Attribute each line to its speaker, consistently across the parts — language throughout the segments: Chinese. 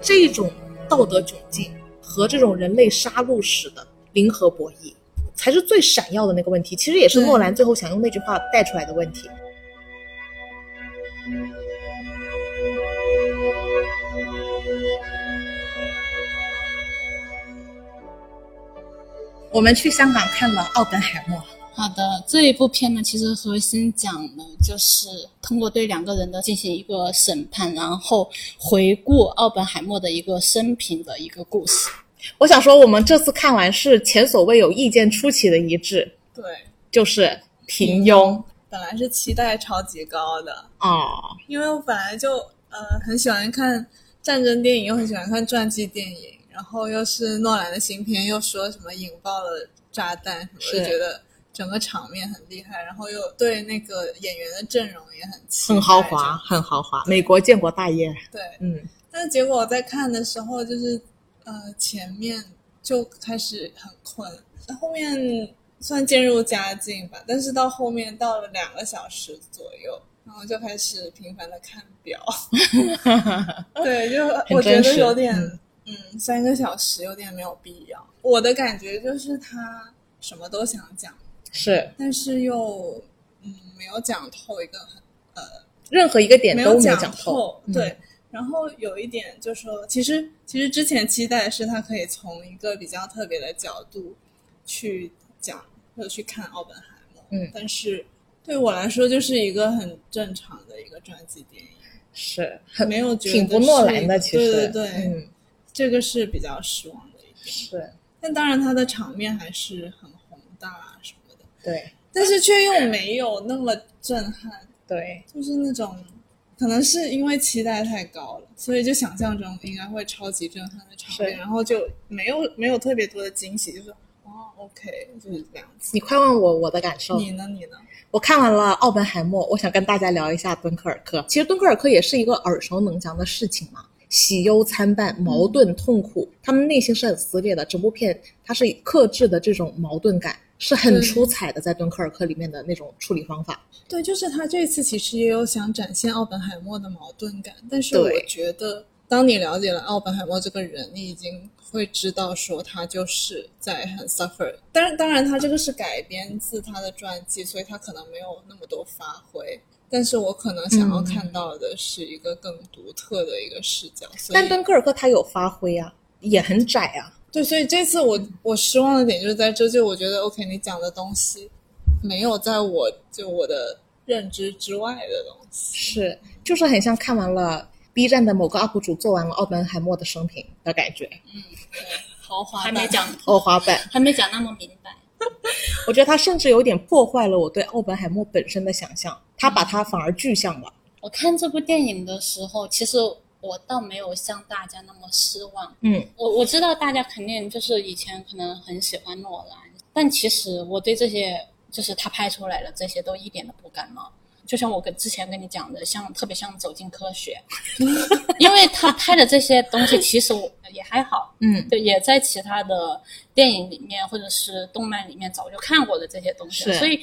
Speaker 1: 这种道德窘境和这种人类杀戮式的零和博弈，才是最闪耀的那个问题。其实也是
Speaker 2: 对
Speaker 1: 诺兰最后想用那句话带出来的问题。
Speaker 2: 我们去香港看了《奥本海默》，
Speaker 3: 好的，这一部片呢，其实核心讲的就是通过对两个人的进行一个审判，然后回顾奥本海默的一个生平的一个故事。
Speaker 1: 我想说，我们这次看完是前所未有意见出奇的一致，
Speaker 2: 对，
Speaker 1: 就是平庸
Speaker 2: 本来是期待超级高的，
Speaker 1: 哦，
Speaker 2: 因为我本来就呃很喜欢看战争电影，又很喜欢看传记电影，然后又是诺兰的新片，又说什么引爆了炸弹什
Speaker 1: 是
Speaker 2: 么的，就觉得整个场面很厉害，然后又对那个演员的阵容也很期待
Speaker 1: 很豪华，。很豪华，美国建国大业，
Speaker 2: 对，
Speaker 1: 嗯，
Speaker 2: 但是结果我在看的时候，就是呃前面就开始很困，后面算渐入佳境吧，但是到后面到了两个小时左右，然后就开始频繁的看 表，对，就我觉
Speaker 1: 真
Speaker 2: 得
Speaker 1: 实
Speaker 2: 有点
Speaker 1: 嗯
Speaker 2: 嗯三个小时有点没有必要。我的感觉就是他什么都想讲，
Speaker 1: 是
Speaker 2: 但是又嗯没有讲透一个很呃
Speaker 1: 任何一个点
Speaker 2: 没
Speaker 1: 都没有
Speaker 2: 讲
Speaker 1: 讲透，嗯
Speaker 2: 对，，然后有一点就说，其实其实之前期待的是他可以从一个比较特别的角度去讲或者去看奥本海默，
Speaker 1: 嗯
Speaker 2: 但是对我来说就是一个很正常的一个传记电影，
Speaker 1: 是很
Speaker 2: 没有觉得
Speaker 1: 挺不诺兰的，
Speaker 2: 是
Speaker 1: 其实，
Speaker 2: 对对对，
Speaker 1: 嗯，
Speaker 2: 这个是比较失望的一点。
Speaker 1: 是
Speaker 2: 但当然，它的场面还是很宏大啊什么的，
Speaker 1: 对
Speaker 2: 但是却又没有那么震撼。
Speaker 1: 对，
Speaker 2: 就是那种，可能是因为期待太高了，所以就想象中应该会超级震撼的场面，
Speaker 1: 是
Speaker 2: 然后就没有没有特别多的惊喜，就是哦，OK，就是这样子。
Speaker 1: 你快问我我的感受，
Speaker 2: 你呢？你呢？
Speaker 1: 我看完了《奥本海默》，我想跟大家聊一下敦刻尔克。其实敦刻尔克也是一个耳熟能详的事情嘛，喜忧参半，矛盾痛苦，他们内心是很撕裂的。整部片它是克制的这种矛盾感是很
Speaker 2: 对
Speaker 1: 出彩的，在敦刻尔克里面的那种处理方法。
Speaker 2: 对，就是他这次其实也有想展现奥本海默的矛盾感，但是
Speaker 1: 对
Speaker 2: 我觉得，当你了解了奥本海默这个人，你已经会知道说他就是在很 suffer。当然，当然他这个是改编自他的传记，所以他可能没有那么多发挥。但是我可能想要
Speaker 1: 嗯
Speaker 2: 看到的是一个更独特的一个视角，所以
Speaker 1: 但敦刻尔克他有发挥啊，也很窄啊。
Speaker 2: 对，所以这次我
Speaker 1: 嗯
Speaker 2: 我失望的点就是在这，就我觉得 OK，你讲的东西没有在我就我的认知之外的东西。
Speaker 1: 是，就是很像看完了 B 站的某个 UP 主做完了奥本海默的生平的感觉，
Speaker 2: 豪华
Speaker 3: 还没
Speaker 2: 讲。
Speaker 3: 讲，
Speaker 1: 欧花版。
Speaker 3: 还没讲那么明白。
Speaker 1: 我觉得他甚至有点破坏了我对奥本海默本身的想象，他把它反而具象了。
Speaker 3: 我看这部电影的时候，其实我倒没有像大家那么失望。
Speaker 1: 嗯，
Speaker 3: 我我知道大家肯定就是以前可能很喜欢诺兰，但其实我对这些就是他拍出来的这些都一点都不感冒。就像我跟之前跟你讲的，像特别像《走进科 学》，因为他拍的这些东西其实我也还好，
Speaker 1: 嗯，
Speaker 3: 对，也在其他的电影里面或者是动漫里面早就看过的这些东西了，
Speaker 1: 是
Speaker 3: 所以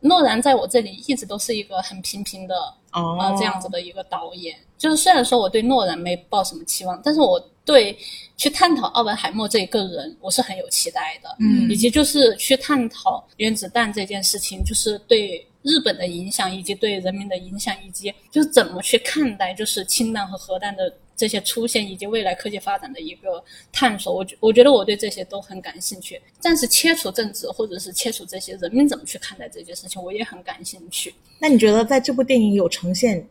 Speaker 3: 诺兰在我这里一直都是一个很平平的
Speaker 1: 哦
Speaker 3: 啊、这样子。的一个导演。就是虽然说我对诺兰没抱什么期望，但是我对去探讨奥本海默这一个人，我是很有期待的，
Speaker 1: 嗯
Speaker 3: 以及就是去探讨原子弹这件事情，就是对。日本的影响，以及对人民的影响，以及就是怎么去看待就是氢弹和核弹的这些出现，以及未来科技发展的一个探索。我觉我觉得我对这些都很感兴趣。暂时切除政治，或者是切除这些人民怎么去看待这件事情，我也很感兴趣。
Speaker 1: 那你觉得在这部电影有呈现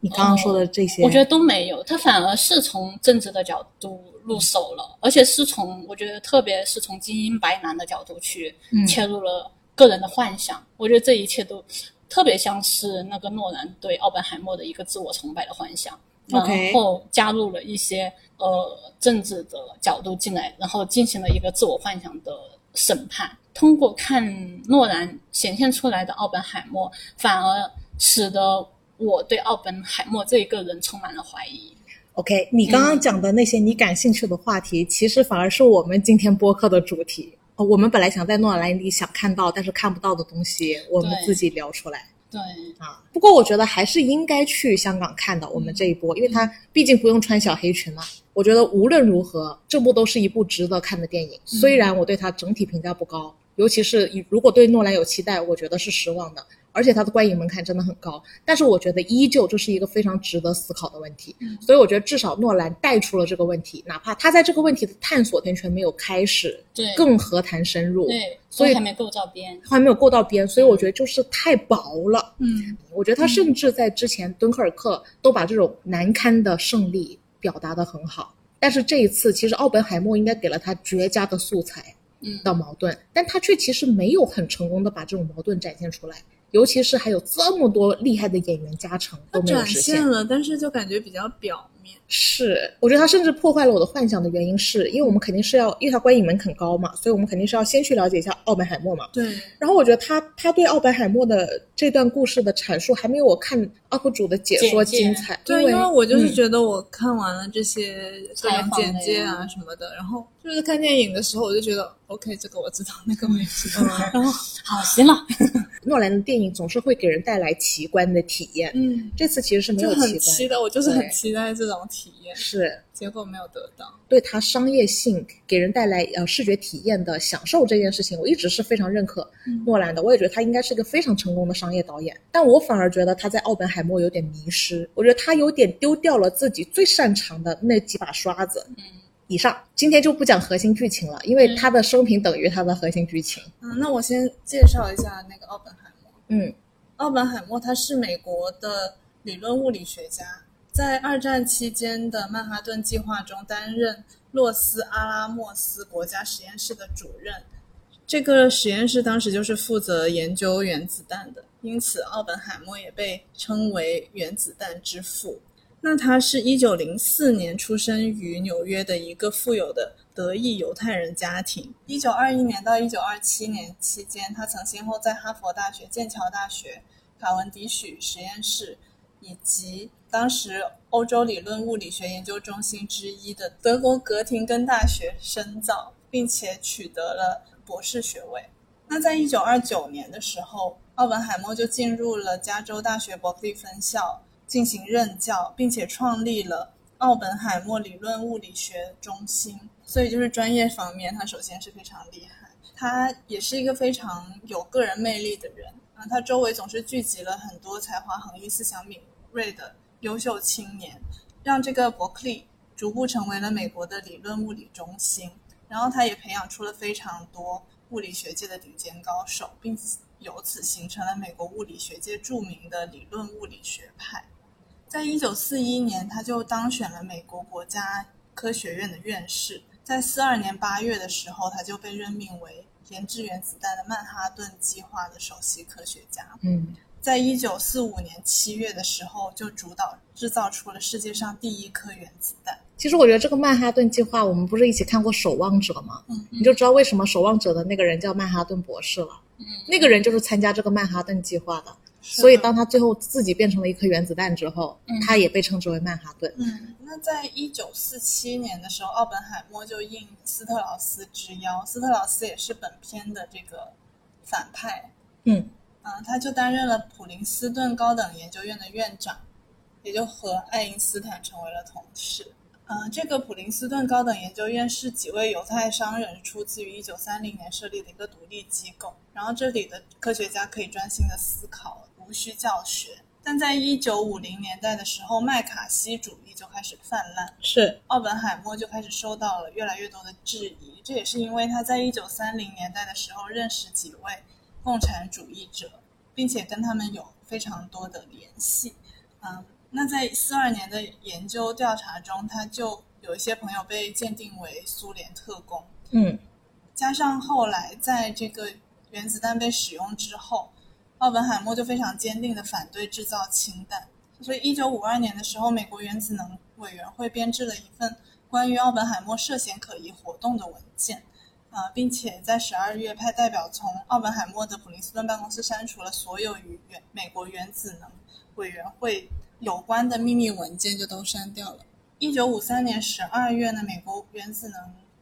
Speaker 1: 你刚刚说的这些？
Speaker 3: 我觉得都没有，他反而是从政治的角度
Speaker 1: 嗯
Speaker 3: 入手了，而且是从我觉得特别是从精英白男的角度去
Speaker 1: 嗯
Speaker 3: 切入了个人的幻想。我觉得这一切都特别像是那个诺兰对奥本海默的一个自我崇拜的幻想，然
Speaker 1: OK
Speaker 3: 后加入了一些呃政治的角度进来，然后进行了一个自我幻想的审判。通过看诺兰显现出来的奥本海默，反而使得我对奥本海默这一个人充满了怀疑。
Speaker 1: OK，你刚刚讲的那些你感兴趣的话
Speaker 3: 嗯
Speaker 1: 题，其实反而是我们今天播客的主题。哦我们本来想在诺兰里想看到但是看不到的东西，我们自
Speaker 3: 对
Speaker 1: 己聊出来。
Speaker 3: 对对，
Speaker 1: 啊。不过我觉得还是应该去香港看的我们这一波，因为
Speaker 3: 嗯
Speaker 1: 它毕竟不用穿小黑裙嘛。我觉得无论如何，这部都是一部值得看的电影。
Speaker 3: 嗯
Speaker 1: 虽然我对它整体评价不高，尤其是以如果对诺兰有期待，我觉得是失望的。而且它的观影门槛真的很高，但是我觉得依旧这是一个非常值得思考的问题。
Speaker 3: 嗯
Speaker 1: 所以我觉得至少诺兰带出了这个问题，哪怕他在这个问题的探索天圈没有开始，
Speaker 3: 对
Speaker 1: 更何谈深入？
Speaker 3: 对，
Speaker 1: 所以
Speaker 3: 都还没够照边。
Speaker 1: 还没有够到边，所以我觉得就是太薄了。
Speaker 2: 嗯，
Speaker 1: 我觉得他甚至在之前敦刻尔克都把这种难堪的胜利表达得很好，但是这一次其实奥本海默应该给了他绝佳的素材
Speaker 3: 嗯，
Speaker 1: 的矛盾，但他却其实没有很成功的把这种矛盾展现出来，尤其是还有这么多厉害的演员加成
Speaker 2: 它
Speaker 1: 都没有
Speaker 2: 转
Speaker 1: 实现
Speaker 2: 现。了，但是就感觉比较表面。
Speaker 1: 是，我觉得他甚至破坏了我的幻想的原因是，因为我们肯定是要，因为他观影门槛高嘛，所以我们肯定是要先去了解一下奥本海默嘛。
Speaker 2: 对，
Speaker 1: 然后我觉得他他对奥本海默的这段故事的阐述还没有我看 UP 主的解说
Speaker 3: 简介
Speaker 1: 精彩，
Speaker 2: 对，
Speaker 1: 因
Speaker 2: 因为我就是
Speaker 1: 嗯
Speaker 2: 觉得我看完了这些各
Speaker 3: 采
Speaker 2: 种
Speaker 3: 访的
Speaker 2: 简介啊
Speaker 3: 呀
Speaker 2: 什么的，然后就是看电影的时候，我就觉得 OK，这个我知道，那个我也知道， 然后
Speaker 3: 好，行了，
Speaker 1: 诺兰的电影总是会给人带来奇观的体验，
Speaker 2: 嗯，
Speaker 1: 这次其实是没
Speaker 2: 就
Speaker 1: 有
Speaker 2: 很
Speaker 1: 奇
Speaker 2: 期
Speaker 1: 观，
Speaker 2: 待，我就是很
Speaker 1: 对
Speaker 2: 期待这种体验，
Speaker 1: 是
Speaker 2: 结果没有得到。
Speaker 1: 对它商业性给人带来呃视觉体验的享受这件事情，我一直是非常认可
Speaker 2: 嗯
Speaker 1: 诺兰的，我也觉得他应该是一个非常成功的商业导演，但我反而觉得他在奥本海默有点迷失，我觉得他有点丢掉了自己最擅长的那几把刷子。
Speaker 3: 嗯，
Speaker 1: 以上，今天就不讲核心剧情了，因为
Speaker 3: 嗯
Speaker 1: 他的生平等于他的核心剧情。
Speaker 2: 嗯，那我先介绍一下那个奥本海默。
Speaker 1: 嗯
Speaker 2: 奥本海默他是美国的理论物理学家，在二战期间的曼哈顿计划中担任洛斯阿拉莫斯国家实验室的主任。这个实验室当时就是负责研究原子弹的，因此奥本海默也被称为原子弹之父。那他是一九零四年出生于纽约的一个富有的德裔犹太人家庭。一九二一年到一九二七年期间，他曾先后在哈佛大学、剑桥大学、卡文迪许实验室以及当时欧洲理论物理学研究中心之一的德国格廷根大学深造，并且取得了博士学位。那在一九二九年的时候，奥本海默就进入了加州大学伯克利分校进行任教，并且创立了奥本海默理论物理学中心。所以就是专业方面，他首先是非常厉害，他也是一个非常有个人魅力的人啊。他周围总是聚集了很多才华横溢、思想敏锐的优秀青年，让这个伯克利逐步成为了美国的理论物理中心。然后他也培养出了非常多物理学界的顶尖高手，并由此形成了美国物理学界著名的理论物理学派。在一九四一年，他就当选了美国国家科学院的院士。在四二年八月的时候，他就被任命为研制原子弹的曼哈顿计划的首席科学家。
Speaker 1: 嗯
Speaker 2: 在一九四五年七月的时候，就主导制造出了世界上第一颗原子弹。
Speaker 1: 其实我觉得这个曼哈顿计划，我们不是一起看过《守望者》吗？
Speaker 2: 嗯
Speaker 1: 你就知道为什么《守望者》的那个人叫曼哈顿博士了。
Speaker 3: 嗯，
Speaker 1: 那个人就是参加这个曼哈顿计划的，
Speaker 2: 是的
Speaker 1: 所以当他最后自己变成了一颗原子弹之后，
Speaker 3: 嗯
Speaker 1: 他也被称之为曼哈顿。
Speaker 2: 嗯，那在一九四七年的时候，奥本海默就应斯特劳斯之邀，斯特劳斯也是本片的这个反派，
Speaker 1: 嗯
Speaker 2: 嗯、他就担任了普林斯顿高等研究院的院长，也就和爱因斯坦成为了同事。嗯、这个普林斯顿高等研究院是几位犹太商人出自于一九三零年设立的一个独立机构，然后这里的科学家可以专心的思考，无需教学。但在一九五零年代的时候，麦卡锡主义就开始泛滥，
Speaker 1: 是
Speaker 2: 奥本海默就开始受到了越来越多的质疑，这也是因为他在一九三零年代的时候认识几位共产主义者，并且跟他们有非常多的联系。嗯，那在四二年的研究调查中，他就有一些朋友被鉴定为苏联特工，
Speaker 1: 嗯
Speaker 2: 加上后来在这个原子弹被使用之后，奥本海默就非常坚定的反对制造氢弹。所以，一九五二年的时候，美国原子能委员会编制了一份关于奥本海默涉嫌可疑活动的文件，啊、并且在十二月派代表从奥本海默的普林斯顿办公室删除了所有与原美国原子能委员会有关的秘密文件，就都删掉了。一九五三年十二月呢，美国原子能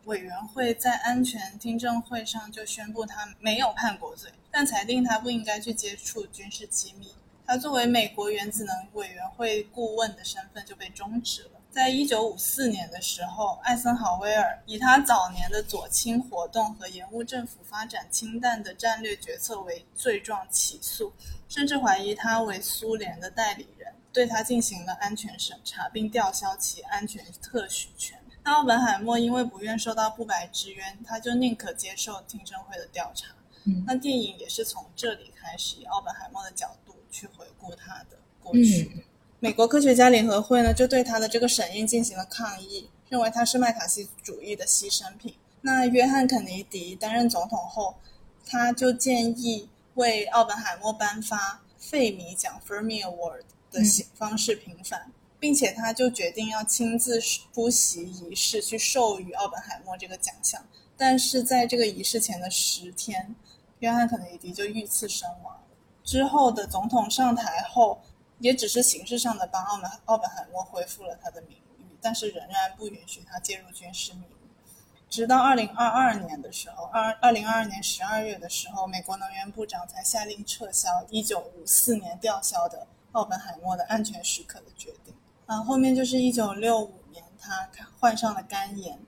Speaker 2: 委员会在安全听证会上就宣布他没有叛国罪，但裁定他不应该去接触军事机密。他作为美国原子能委员会顾问的身份就被终止了。在一九五四年的时候，艾森豪威尔以他早年的左倾活动和延误政府发展氢弹的战略决策为罪状起诉，甚至怀疑他为苏联的代理人，对他进行了安全审查，并吊销其安全特许权。那奥本海默因为不愿受到不白之冤，他就宁可接受听证会的调查。
Speaker 1: 嗯
Speaker 2: 那电影也是从这里开始，以奥本海默的角度去回顾他的过去。
Speaker 1: 嗯
Speaker 2: 美国科学家联合会呢，就对他的这个审映进行了抗议，认为他是麦卡锡主义的牺牲品。那约翰·肯尼迪担任总统后，他就建议为奥本海默颁发费米奖 （Fermi Award） 的形方式平反，并且他就决定要亲自出席仪式去授予奥本海默这个奖项。但是在这个仪式前的十天，约翰·肯尼迪就遇刺身亡。之后的总统上台后，也只是形式上的帮奥本奥本海默恢复了他的名誉，但是仍然不允许他介入军事秘密。直到二零二二年的时候，二二零二二年十二月的时候，美国能源部长才下令撤销一九五四年吊销的奥本海默的安全许可的决定。啊，后面就是一九六五年，他患上了肝炎，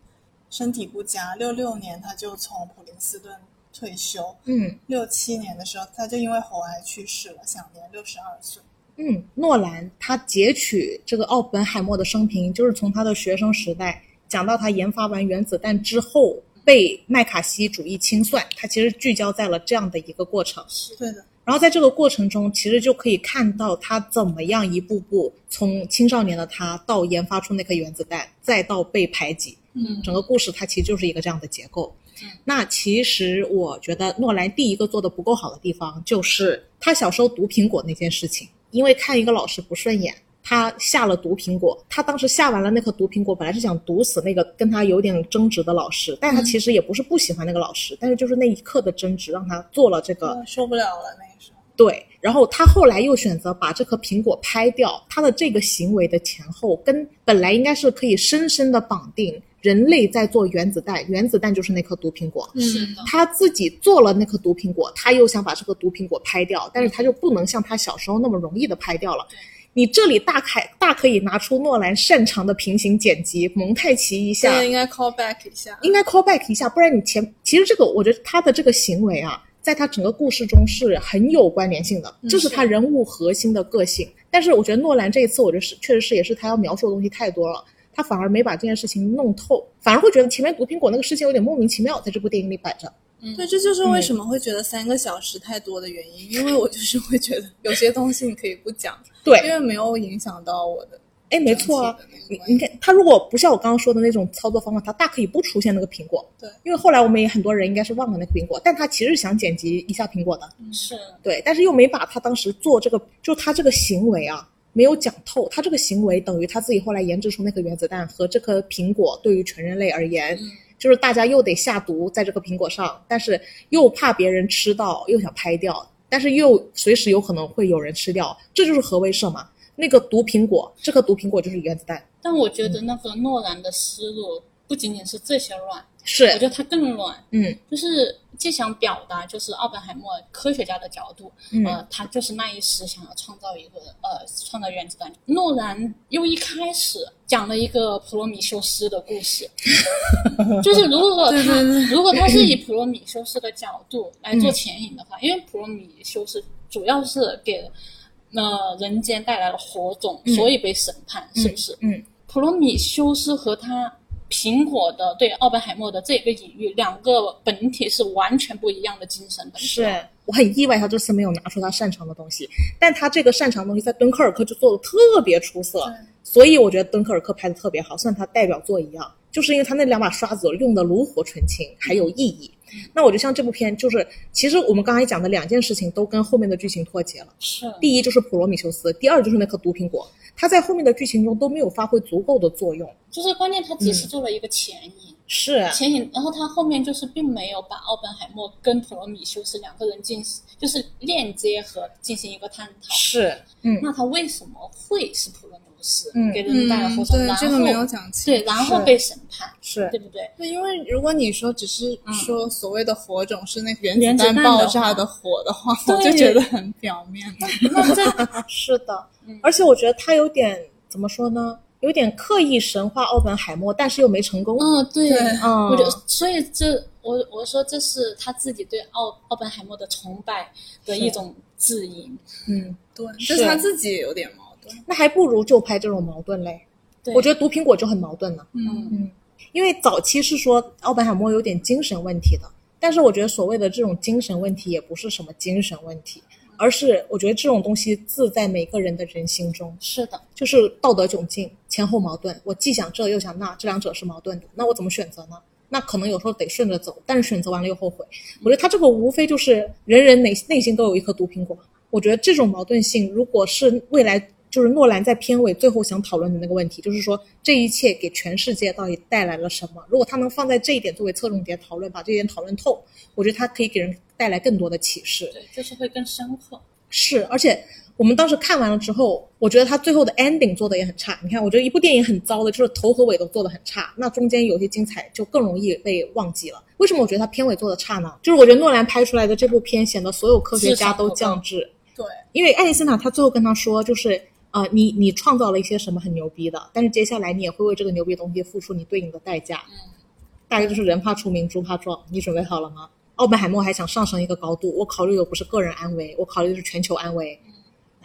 Speaker 2: 身体不佳。六六年他就从普林斯顿退休，
Speaker 1: 嗯
Speaker 2: 六七年的时候他就因为喉癌去世了，享年六十二岁。
Speaker 1: 嗯，诺兰他截取这个奥本海默的生平，就是从他的学生时代讲到他研发完原子弹之后被麦卡锡主义清算，他其实聚焦在了这样的一个过程。
Speaker 2: 对的，
Speaker 1: 然后在这个过程中，其实就可以看到他怎么样一步步从青少年的他到研发出那颗原子弹，再到被排挤，
Speaker 2: 嗯
Speaker 1: 整个故事它其实就是一个这样的结构
Speaker 2: 嗯。
Speaker 1: 那其实我觉得诺兰第一个做的不够好的地方，就是他小时候毒苹果那件事情，因为看一个老师不顺眼。他下了毒苹果，他当时下完了那颗毒苹果，本来是想毒死那个跟他有点争执的老师，但
Speaker 2: 嗯
Speaker 1: 他其实也不是不喜欢那个老师，但是就是那一刻的争执让他做了这个
Speaker 2: 我嗯受不了了那个时候。
Speaker 1: 对，然后他后来又选择把这颗苹果拍掉，他的这个行为的前后跟本来应该是可以深深的绑定人类在做原子弹，原子弹就是那颗毒苹果。
Speaker 2: 嗯
Speaker 3: 是的，
Speaker 1: 他自己做了那颗毒苹果，他又想把这个毒苹果拍掉，但是他就不能像他小时候那么容易的拍掉了
Speaker 3: 对。
Speaker 1: 你这里大开大可以拿出诺兰擅长的平行剪辑，蒙太奇一下，
Speaker 2: 在应该 call back 一下。
Speaker 1: 应该 call back 一下，不然你前其实这个我觉得他的这个行为啊，在他整个故事中是很有关联性的，
Speaker 2: 嗯
Speaker 1: 这是他人物核心的个性。但是我觉得诺兰这一次，我觉得是确实是也是他要描述的东西太多了。他反而没把这件事情弄透，反而会觉得前面毒苹果那个事情有点莫名其妙，在这部电影里摆着。
Speaker 2: 对，这就是为什么会觉得三个小时太多的原因，因为我就是会觉得有些东西你可以不讲，
Speaker 1: 对，
Speaker 2: 因为没有影响到我的。
Speaker 1: 哎，没错啊
Speaker 2: 整体的那个
Speaker 1: 你
Speaker 2: 关系
Speaker 1: 你看，他如果不像我刚刚说的那种操作方法，他大可以不出现那个苹果。
Speaker 2: 对
Speaker 1: 因为后来我们也很多人应该是忘了那个苹果，但他其实想剪辑一下苹果的。
Speaker 3: 是
Speaker 1: 对，但是又没把他当时做这个，就他这个行为啊，没有讲透。他这个行为等于他自己后来研制出那个原子弹和这颗苹果，对于全人类而言，
Speaker 3: 嗯
Speaker 1: 就是大家又得下毒在这个苹果上，但是又怕别人吃到，又想拍掉，但是又随时有可能会有人吃掉，这就是核威慑嘛。那个毒苹果，这颗毒苹果就是原子弹，
Speaker 3: 但我觉得那个诺兰的思路不仅仅是这些乱，我觉
Speaker 1: 是，
Speaker 3: 得他更乱，
Speaker 1: 嗯
Speaker 3: 就是既想表达就是奥本海默科学家的角度，
Speaker 1: 嗯，
Speaker 3: 呃，他就是那一时想要创造一个呃创造原子弹。诺兰又一开始讲了一个普罗米修斯的故 事，就是如果他如果他是
Speaker 1: 嗯
Speaker 3: 以普罗米修斯的角度来做牵引的话，因为普罗米修斯主要是给呃人间带来了火种，
Speaker 1: 嗯
Speaker 3: 所以被审判，是不是？
Speaker 1: 嗯
Speaker 3: 普罗米修斯和他苹果的对奥本海默的这个隐喻，两个本体是完全不一样的精神本体。
Speaker 1: 是我很意外，他这次没有拿出他擅长的东西，但他这个擅长的东西在敦刻尔克就做的特别出色，所以我觉得敦刻尔克拍的特别好，算他代表作一样，就是因为他那两把刷子用的炉火纯青，还有意义。那我就像这部片，就是其实我们刚才讲的两件事情都跟后面的剧情脱节了。
Speaker 3: 是
Speaker 1: 第一就是普罗米修斯，第二就是那颗毒苹果，它在后面的剧情中都没有发挥足够的作用。
Speaker 3: 就是关键他只是做了一个前引，
Speaker 1: 是啊，
Speaker 3: 牵引，然后他后面就是并没有把奥本海默跟普罗米修斯两个人进行就是链接和进行一个探讨。
Speaker 1: 是，嗯
Speaker 3: 那他为什么会是普罗米修斯？
Speaker 1: 嗯
Speaker 3: 给人带来
Speaker 2: 嗯，
Speaker 3: 后头，
Speaker 2: 对
Speaker 3: 然，后
Speaker 2: 这个没有讲清。
Speaker 3: 对，然后
Speaker 1: 是
Speaker 3: 被审判，
Speaker 1: 是
Speaker 3: 对不对？
Speaker 2: 对，因为如果你说只是说所谓的火种是那个
Speaker 3: 原
Speaker 2: 原
Speaker 3: 子
Speaker 2: 子
Speaker 3: 弹
Speaker 2: 弹
Speaker 3: 的话
Speaker 2: 爆炸的火的话，我就
Speaker 3: 对
Speaker 2: 觉得很表面了。
Speaker 1: 那这是的
Speaker 3: 嗯，
Speaker 1: 而且我觉得他有点怎么说呢？有点刻意神话奥本海默，但是又没成功。
Speaker 3: 嗯，对，
Speaker 2: 对
Speaker 1: 嗯，
Speaker 3: 我觉得，所以这我我说这是他自己对奥奥本海默的崇拜的一种质疑。
Speaker 1: 嗯，
Speaker 2: 对，
Speaker 1: 是
Speaker 2: 就是他自己也有点矛盾。
Speaker 1: 那还不如就拍这种矛盾嘞。
Speaker 3: 对，
Speaker 1: 我觉得毒苹果就很矛盾了。
Speaker 3: 嗯
Speaker 1: 嗯，因为早期是说奥本海默有点精神问题的，但是我觉得所谓的这种精神问题也不是什么精神问题，而是我觉得这种东西自在每个人的人心中，
Speaker 3: 是的，
Speaker 1: 就是道德窘境，前后矛盾，我既想这又想那，这两者是矛盾的，那我怎么选择呢？那可能有时候得顺着走，但是选择完了又后悔。我觉得他这个无非就是人人内内心都有一颗毒苹果。我觉得这种矛盾性，如果是未来就是诺兰在片尾最后想讨论的那个问题，就是说这一切给全世界到底带来了什么？如果他能放在这一点作为侧重点讨论，把这一点讨论透，我觉得他可以给人带来更多的启示。
Speaker 3: 对，就是会更深刻。
Speaker 1: 是，而且我们当时看完了之后，我觉得他最后的 ending 做的也很差。你看，我觉得一部电影很糟的，就是头和尾都做的很差，那中间有些精彩就更容易被忘记了。为什么我觉得他片尾做的差呢？就是我觉得诺兰拍出来的这部片显得所有科学家都降智，
Speaker 2: 对，
Speaker 1: 因为爱因斯坦他最后跟他说，就是呃，你你创造了一些什么很牛逼的，但是接下来你也会为这个牛逼的东西付出你对应的代价。
Speaker 3: 嗯，
Speaker 1: 大概就是人怕出名，猪怕壮。你准备好了吗？奥本海默还想上升一个高度，我考虑的不是个人安危，我考虑的是全球安危。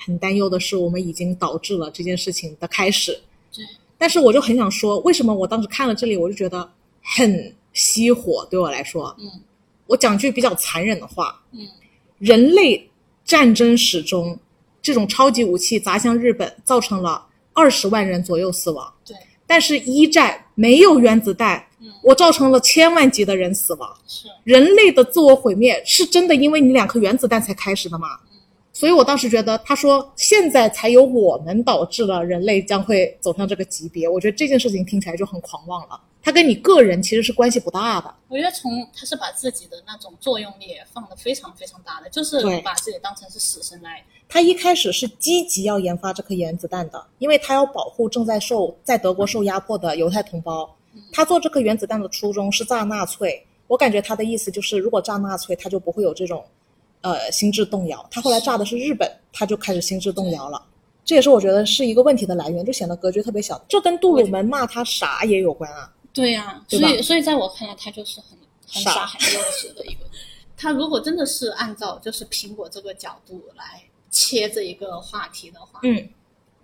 Speaker 1: 很担忧的是，我们已经导致了这件事情的开始。
Speaker 3: 对，
Speaker 1: 但是我就很想说，为什么我当时看了这里，我就觉得很熄火？对我来说，
Speaker 3: 嗯
Speaker 1: 我讲句比较残忍的话，
Speaker 3: 嗯，
Speaker 1: 人类战争史中，这种超级武器砸向日本，造成了二十万人左右死亡。
Speaker 3: 对，
Speaker 1: 但是一战没有原子弹
Speaker 3: 嗯，
Speaker 1: 我造成了千万级的人死亡。
Speaker 3: 是，
Speaker 1: 人类的自我毁灭是真的因为你两颗原子弹才开始的吗？所以我当时觉得，他说现在才有我们导致了人类将会走向这个级别，我觉得这件事情听起来就很狂妄了。它跟你个人其实是关系不大的。
Speaker 3: 我觉得从他是把自己的那种作用力放得非常非常大的，就是
Speaker 1: 对
Speaker 3: 把自己当成是死神来。
Speaker 1: 他一开始是积极要研发这颗原子弹的，因为他要保护正在受在德国受压迫的犹太同胞。他做这颗原子弹的初衷是炸纳粹，我感觉他的意思就是，如果炸纳粹，他就不会有这种，呃，心智动摇。他后来炸的是日本，他就开始心智动摇了。这也是我觉得是一个问题的来源，就显得格局特别小。这跟杜鲁门骂他傻也有关啊。
Speaker 3: 对呀、
Speaker 1: 对
Speaker 3: 所
Speaker 1: 吧
Speaker 3: 以所以在我看来，他就是很很
Speaker 1: 傻
Speaker 3: 傻很幼稚的一个人。他如果真的是按照就是苹果这个角度来切这一个话题的话，
Speaker 1: 嗯，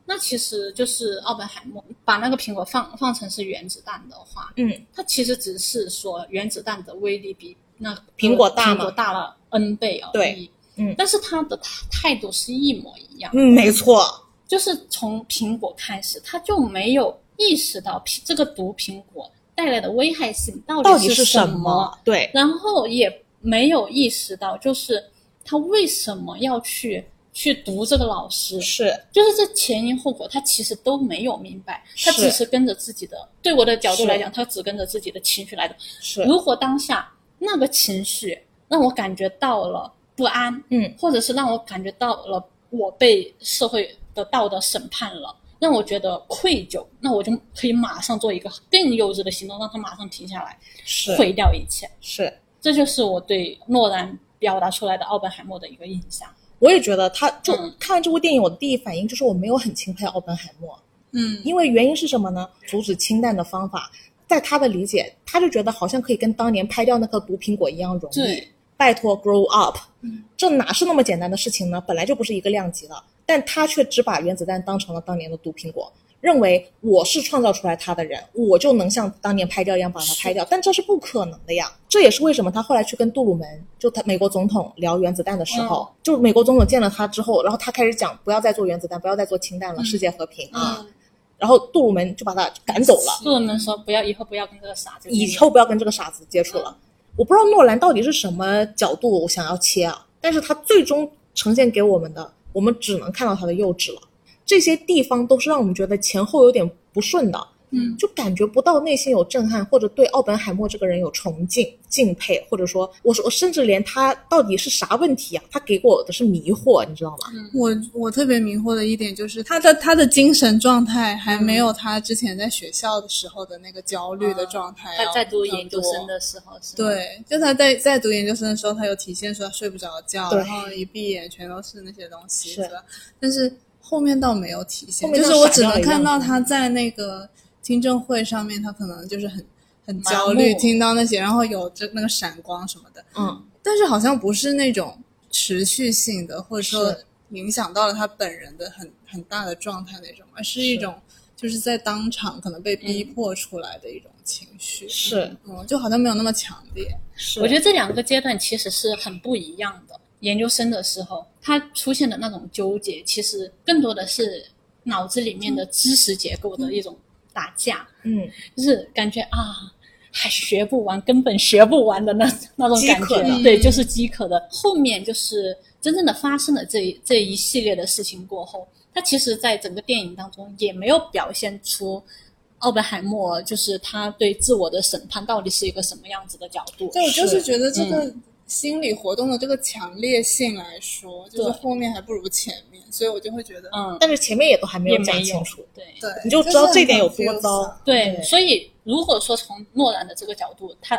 Speaker 3: 那其实就是奥本海默把那个苹果放放成是原子弹的话，
Speaker 1: 嗯，
Speaker 3: 它其实只是说原子弹的威力比那个
Speaker 1: 苹果大
Speaker 3: 苹
Speaker 1: 嘛
Speaker 3: 果大了 n 倍而已。
Speaker 1: 对，嗯
Speaker 3: 但是他的态态度是一模一样，
Speaker 1: 嗯，没错，
Speaker 3: 就是从苹果开始，他就没有意识到苹这个毒苹果带来的危害性到
Speaker 1: 到
Speaker 3: 底
Speaker 1: 底是
Speaker 3: 什
Speaker 1: 什么？对，
Speaker 3: 然后也没有意识到，就是他为什么要去去读这个老师，
Speaker 1: 是
Speaker 3: 就是这前因后果，他其实都没有明白，他
Speaker 1: 是
Speaker 3: 只是跟着自己的，对我的角度
Speaker 1: 是
Speaker 3: 来讲，他只跟着自己的情绪来的。
Speaker 1: 是，
Speaker 3: 如果当下那个情绪让我感觉到了不安，
Speaker 1: 嗯，
Speaker 3: 或者是让我感觉到了我被社会的道德审判了，让我觉得愧疚，那我就可以马上做一个更幼稚的行动，让他马上停下来，
Speaker 1: 是
Speaker 3: 毁掉一切。
Speaker 1: 是。
Speaker 3: 这就是我对诺兰表达出来的奥本海默的一个印象。
Speaker 1: 我也觉得他就
Speaker 3: 嗯
Speaker 1: 看完这部电影，我的第一反应就是我没有很钦佩奥本海默，
Speaker 2: 嗯，
Speaker 1: 因为原因是什么呢？阻止氢弹的方法，在他的理解，他就觉得好像可以跟当年拍掉那颗毒苹果一样容易。
Speaker 3: 对，
Speaker 1: 拜托，grow up，
Speaker 3: 嗯
Speaker 1: 这哪是那么简单的事情呢？本来就不是一个量级的，但他却只把原子弹当成了当年的毒苹果，认为我是创造出来它的人，我就能像当年拍掉一样把它拍掉，但这是不可能的呀。这也是为什么他后来去跟杜鲁门，就他美国总统聊原子弹的时候，
Speaker 3: 嗯
Speaker 1: 就是美国总统见了他之后，然后他开始讲不要再做原子弹，不要再做氢弹了，
Speaker 3: 嗯
Speaker 1: 世界和平啊。
Speaker 3: 嗯，
Speaker 1: 然后杜鲁门就把他赶走了。
Speaker 3: 不能说不要以后不要跟这个傻子。
Speaker 1: 以后不要跟这个傻子接触了。
Speaker 3: 嗯
Speaker 1: 我不知道诺兰到底是什么角度想要切啊，但是他最终呈现给我们的，我们只能看到他的幼稚了。这些地方都是让我们觉得前后有点不顺的，
Speaker 3: 嗯
Speaker 1: 就感觉不到内心有震撼，或者对奥本海默这个人有崇敬、敬佩，或者说，我说我甚至连他到底是啥问题啊，他给我的是迷惑，你知道
Speaker 3: 嗯
Speaker 1: 吗？
Speaker 2: 我我特别迷惑的一点就是他的他的精神状态还
Speaker 1: 嗯
Speaker 2: 没有他之前在学校的时候的那个焦虑
Speaker 1: 啊
Speaker 2: 的状态要、
Speaker 3: 他在读研究生
Speaker 1: 哦
Speaker 2: 的。
Speaker 3: 的时候是吗，
Speaker 2: 对，就他在在读研究生的时候，他有体现出他睡不着觉，
Speaker 1: 对
Speaker 2: 然后一闭眼全都是那些东西，
Speaker 1: 是
Speaker 2: 对吧？但是后面倒没有体现
Speaker 1: 后，面
Speaker 2: 就
Speaker 1: 倒
Speaker 2: 是我只能
Speaker 1: 傻掉了
Speaker 2: 看
Speaker 1: 一
Speaker 2: 到
Speaker 1: 样嗯
Speaker 2: 他在那个听证会上面，他可能就是很很
Speaker 3: 麻
Speaker 2: 焦虑，
Speaker 3: 木
Speaker 2: 听到那些，然后有这那个闪光什么的，
Speaker 1: 嗯，
Speaker 2: 但是好像不是那种持续性的，或者说
Speaker 1: 是
Speaker 2: 影响到了他本人的很很大的状态那种，而是一
Speaker 1: 是嗯
Speaker 2: 种就是在当场可能被逼迫出来的一种情绪，
Speaker 1: 是
Speaker 2: 嗯，就好像没有那么强烈。
Speaker 1: 是
Speaker 3: 我觉
Speaker 1: 得
Speaker 3: 得这两个阶段其实是很不一样的。研究生的时候，他出现的那种纠结，其实更多的是脑子里面的知识结构的一种打架，
Speaker 1: 嗯，
Speaker 3: 就是感觉啊，还学不完，根本学不完的那那种感
Speaker 1: 饥渴
Speaker 3: 觉。
Speaker 1: 的
Speaker 3: 对，就是饥渴的。后面就是真正的发生了这一这一系列的事情过后，他其实在整个电影当中也没有表现出。奥本海默就是他对自我的审判到底是一个什么样子的角度？
Speaker 2: 对，我就是
Speaker 1: 是
Speaker 2: 觉得这个
Speaker 1: 嗯
Speaker 2: 心理活动的这个强烈性来说，就是
Speaker 3: 对
Speaker 2: 后面还不如前面，所以我就会觉得，
Speaker 3: 嗯，
Speaker 1: 但是前面也都还没
Speaker 3: 也
Speaker 1: 有
Speaker 3: 没
Speaker 1: 讲清
Speaker 3: 有
Speaker 1: 楚，
Speaker 3: 对
Speaker 2: 对，
Speaker 1: 你就知道这点有多糟
Speaker 2: 糟。
Speaker 3: 对
Speaker 1: 对
Speaker 3: 所以如果说从诺兰的这个角度，他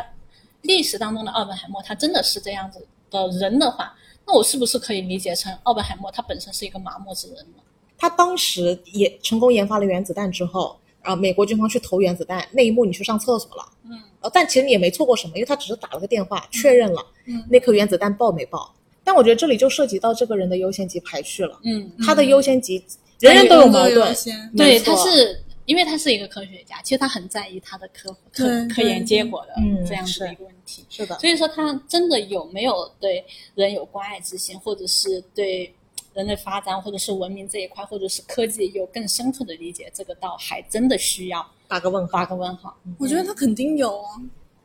Speaker 3: 历史当中的奥本海默，他真的是这样子的人的话，那我是不是可以理解成奥本海默他本身是一个麻木之人呢？
Speaker 1: 他当时也成功研发了原子弹之后，啊，美国军方去投原子弹那一幕，你去上厕所了，
Speaker 3: 嗯，
Speaker 1: 呃，但其实你也没错过什么，因为他只是打了个电话确认了，
Speaker 2: 嗯
Speaker 1: 那颗原子弹爆没爆。但我觉得这里就涉及到这个人的优先级排序了，
Speaker 3: 嗯，
Speaker 1: 他的优先级人人都有矛
Speaker 2: 优
Speaker 1: 盾，
Speaker 2: 先
Speaker 3: 对，
Speaker 1: 没
Speaker 3: 他
Speaker 1: 错
Speaker 3: 是因为他是一个科学家，其实他很在意他的科科
Speaker 2: 对
Speaker 3: 科研结果的
Speaker 1: 嗯
Speaker 3: 这样子的
Speaker 1: 是
Speaker 3: 一个问题。
Speaker 1: 是的，
Speaker 3: 所以说，他真的有没有对人有关爱之心，或者是对人类发展，或者是文明这一块，或者是科技有更深刻的理解，这个倒还真的需要
Speaker 1: 打个问号
Speaker 3: 打，个问号。
Speaker 2: 我觉得他肯定有啊，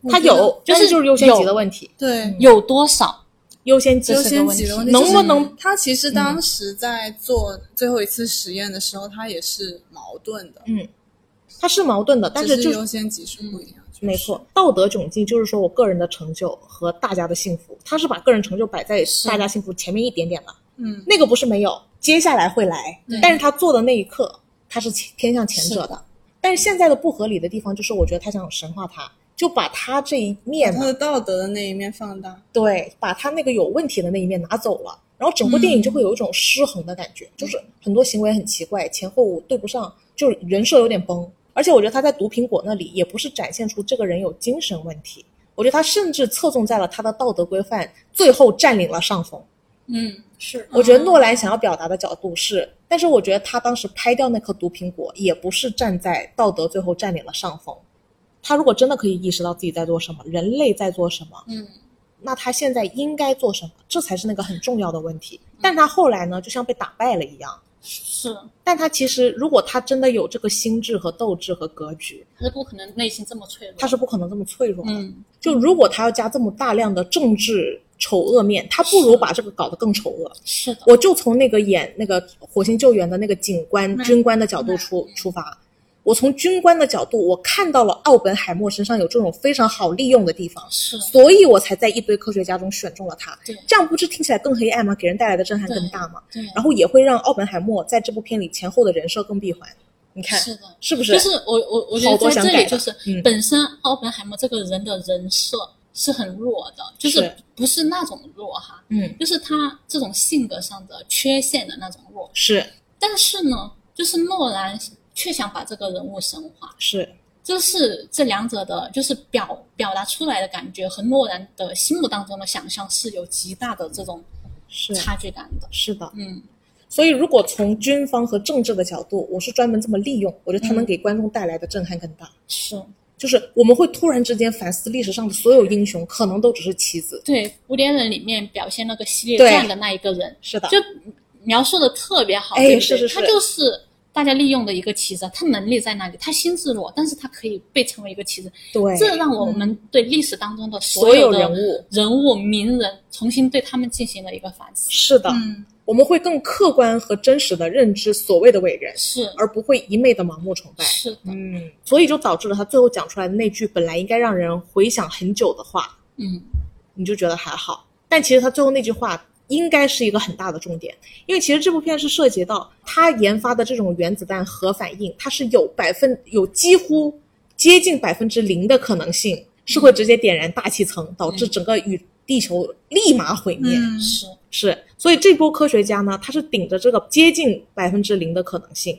Speaker 2: 我
Speaker 1: 嗯他
Speaker 2: 觉得
Speaker 1: 有，
Speaker 3: 就是
Speaker 1: 但就是优先级
Speaker 3: 有
Speaker 1: 的问题，
Speaker 2: 对。
Speaker 3: 有多少？
Speaker 1: 优先级
Speaker 2: 优
Speaker 1: 是个
Speaker 2: 先
Speaker 1: 问
Speaker 2: 级
Speaker 1: 题
Speaker 2: 的问题，
Speaker 1: 能
Speaker 2: 就
Speaker 1: 不
Speaker 2: 是
Speaker 1: 能嗯
Speaker 2: 他其实当时在做最后一次实验的时候，他也是矛盾的，
Speaker 1: 他是矛盾的，嗯但是
Speaker 2: 只是
Speaker 1: 就嗯
Speaker 2: 优先级是不一样。确实
Speaker 1: 没，错，道德窘境就是说我个人的成就和大家的幸福，他是把个人成就摆在
Speaker 3: 是
Speaker 1: 大家幸福前面一点点了。
Speaker 2: 嗯，
Speaker 1: 那个不是没有，接下来会来，但是他做的那一刻，他是前偏向前者
Speaker 3: 是
Speaker 1: 的。但是现在的不合理的地方就是，我觉得他想神化他，就把他这一面
Speaker 2: 他
Speaker 1: 嘛，
Speaker 2: 的道德的那一面放大，
Speaker 1: 对，把他那个有问题的那一面拿走了，然后整部电影就会有一种失衡的感觉，就是很多行为很奇怪，前后对不上，就是人设有点崩。而且我觉得他在毒苹果那里也不是展现出这个人有精神问题，我觉得他甚至侧重在了他的道德规范，最后占领了上风。
Speaker 3: 嗯，是
Speaker 1: 我觉得诺兰想要表达的角度是，但是我觉得他当时拍掉那颗毒苹果，也不是站在道德最后占领了上风。他如果真的可以意识到自己在做什么，人类在做什么，
Speaker 3: 嗯，
Speaker 1: 那他现在应该做什么，这才是那个很重要的问题。
Speaker 3: 嗯
Speaker 1: 但他后来呢，就像被打败了一样。
Speaker 3: 是，
Speaker 1: 但他其实，如果他真的有这个心智和斗志和格局，
Speaker 3: 他是不可能内心这么脆弱。
Speaker 1: 他是不可能这么脆弱的。
Speaker 3: 嗯，
Speaker 1: 就如果他要加这么大量的政治丑恶面，他不如
Speaker 3: 是
Speaker 1: 把这个搞得更丑恶。
Speaker 3: 是的，
Speaker 1: 我就从那个演那个火星救援的那个警官、
Speaker 3: 嗯
Speaker 1: 军官的角度出出发，我从军官的角度，我看到了奥本海默身上有这种非常好利用的地方，
Speaker 3: 是
Speaker 1: 所以我才在一堆科学家中选中了他
Speaker 3: 对。
Speaker 1: 这样不是听起来更黑暗吗？给人带来的震撼
Speaker 3: 对
Speaker 1: 更大吗？
Speaker 3: 对，
Speaker 1: 然后也会让奥本海默在这部片里前后的人设更闭环。你看
Speaker 3: 是的。
Speaker 1: 是不是？
Speaker 3: 就是我我我觉
Speaker 1: 好
Speaker 3: 得
Speaker 1: 多
Speaker 3: 在
Speaker 1: 想
Speaker 3: 这
Speaker 1: 改
Speaker 3: 里
Speaker 1: 的
Speaker 3: 就是
Speaker 1: 嗯
Speaker 3: 本身奥本海默这个人的人设是很弱的，就是
Speaker 1: 是
Speaker 3: 不是那种弱哈，
Speaker 1: 嗯，
Speaker 3: 就是他这种性格上的缺陷的那种弱。
Speaker 1: 是
Speaker 3: 但是呢，就是诺兰却想把这个人物神化，
Speaker 1: 是
Speaker 3: 这是这两者的，就是表表达出来的感觉和诺兰的心目当中的想象是有极大的这种
Speaker 1: 是
Speaker 3: 差距感的。
Speaker 1: 是的。
Speaker 3: 嗯，
Speaker 1: 所以，如果从军方和政治的角度，我是专门这么利用，我觉得
Speaker 3: 嗯
Speaker 1: 他能给观众带来的震撼更大。
Speaker 3: 是
Speaker 1: 就是我们会突然之间反思历史上的所有英雄，可能都只是棋子。
Speaker 3: 对《蝴蝶人》里面表现那个系列
Speaker 1: 对
Speaker 3: 战的那一个人，
Speaker 1: 是的，
Speaker 3: 就描述的特别好。
Speaker 1: 哎
Speaker 3: 对不对
Speaker 1: 是是是
Speaker 3: 他就是大家利用的一个棋子，他能力在那里，他心智弱，但是他可以被称为一个棋子。
Speaker 1: 对，嗯
Speaker 3: 这让我们对历史当中的
Speaker 1: 所有
Speaker 3: 的
Speaker 1: 人物
Speaker 3: 人物、名人重新对他们进行了一个反思。
Speaker 1: 是的，
Speaker 2: 嗯，
Speaker 1: 我们会更客观和真实的认知所谓的伟人，
Speaker 3: 是
Speaker 1: 而不会一昧的盲目崇拜。
Speaker 3: 是的，
Speaker 1: 嗯，所以就导致了他最后讲出来的那句本来应该让人回想很久的话，
Speaker 3: 嗯，
Speaker 1: 你就觉得还好。但其实他最后那句话应该是一个很大的重点，因为其实这部片是涉及到他研发的这种原子弹核反应，它是有百分有几乎接近百分之零的可能性是会直接点燃大气层，导致整个宇地球立马毁灭。
Speaker 2: 嗯
Speaker 3: 是
Speaker 1: 是，所以这波科学家呢，他是顶着这个接近百分之零的可能
Speaker 2: 嗯
Speaker 1: 性。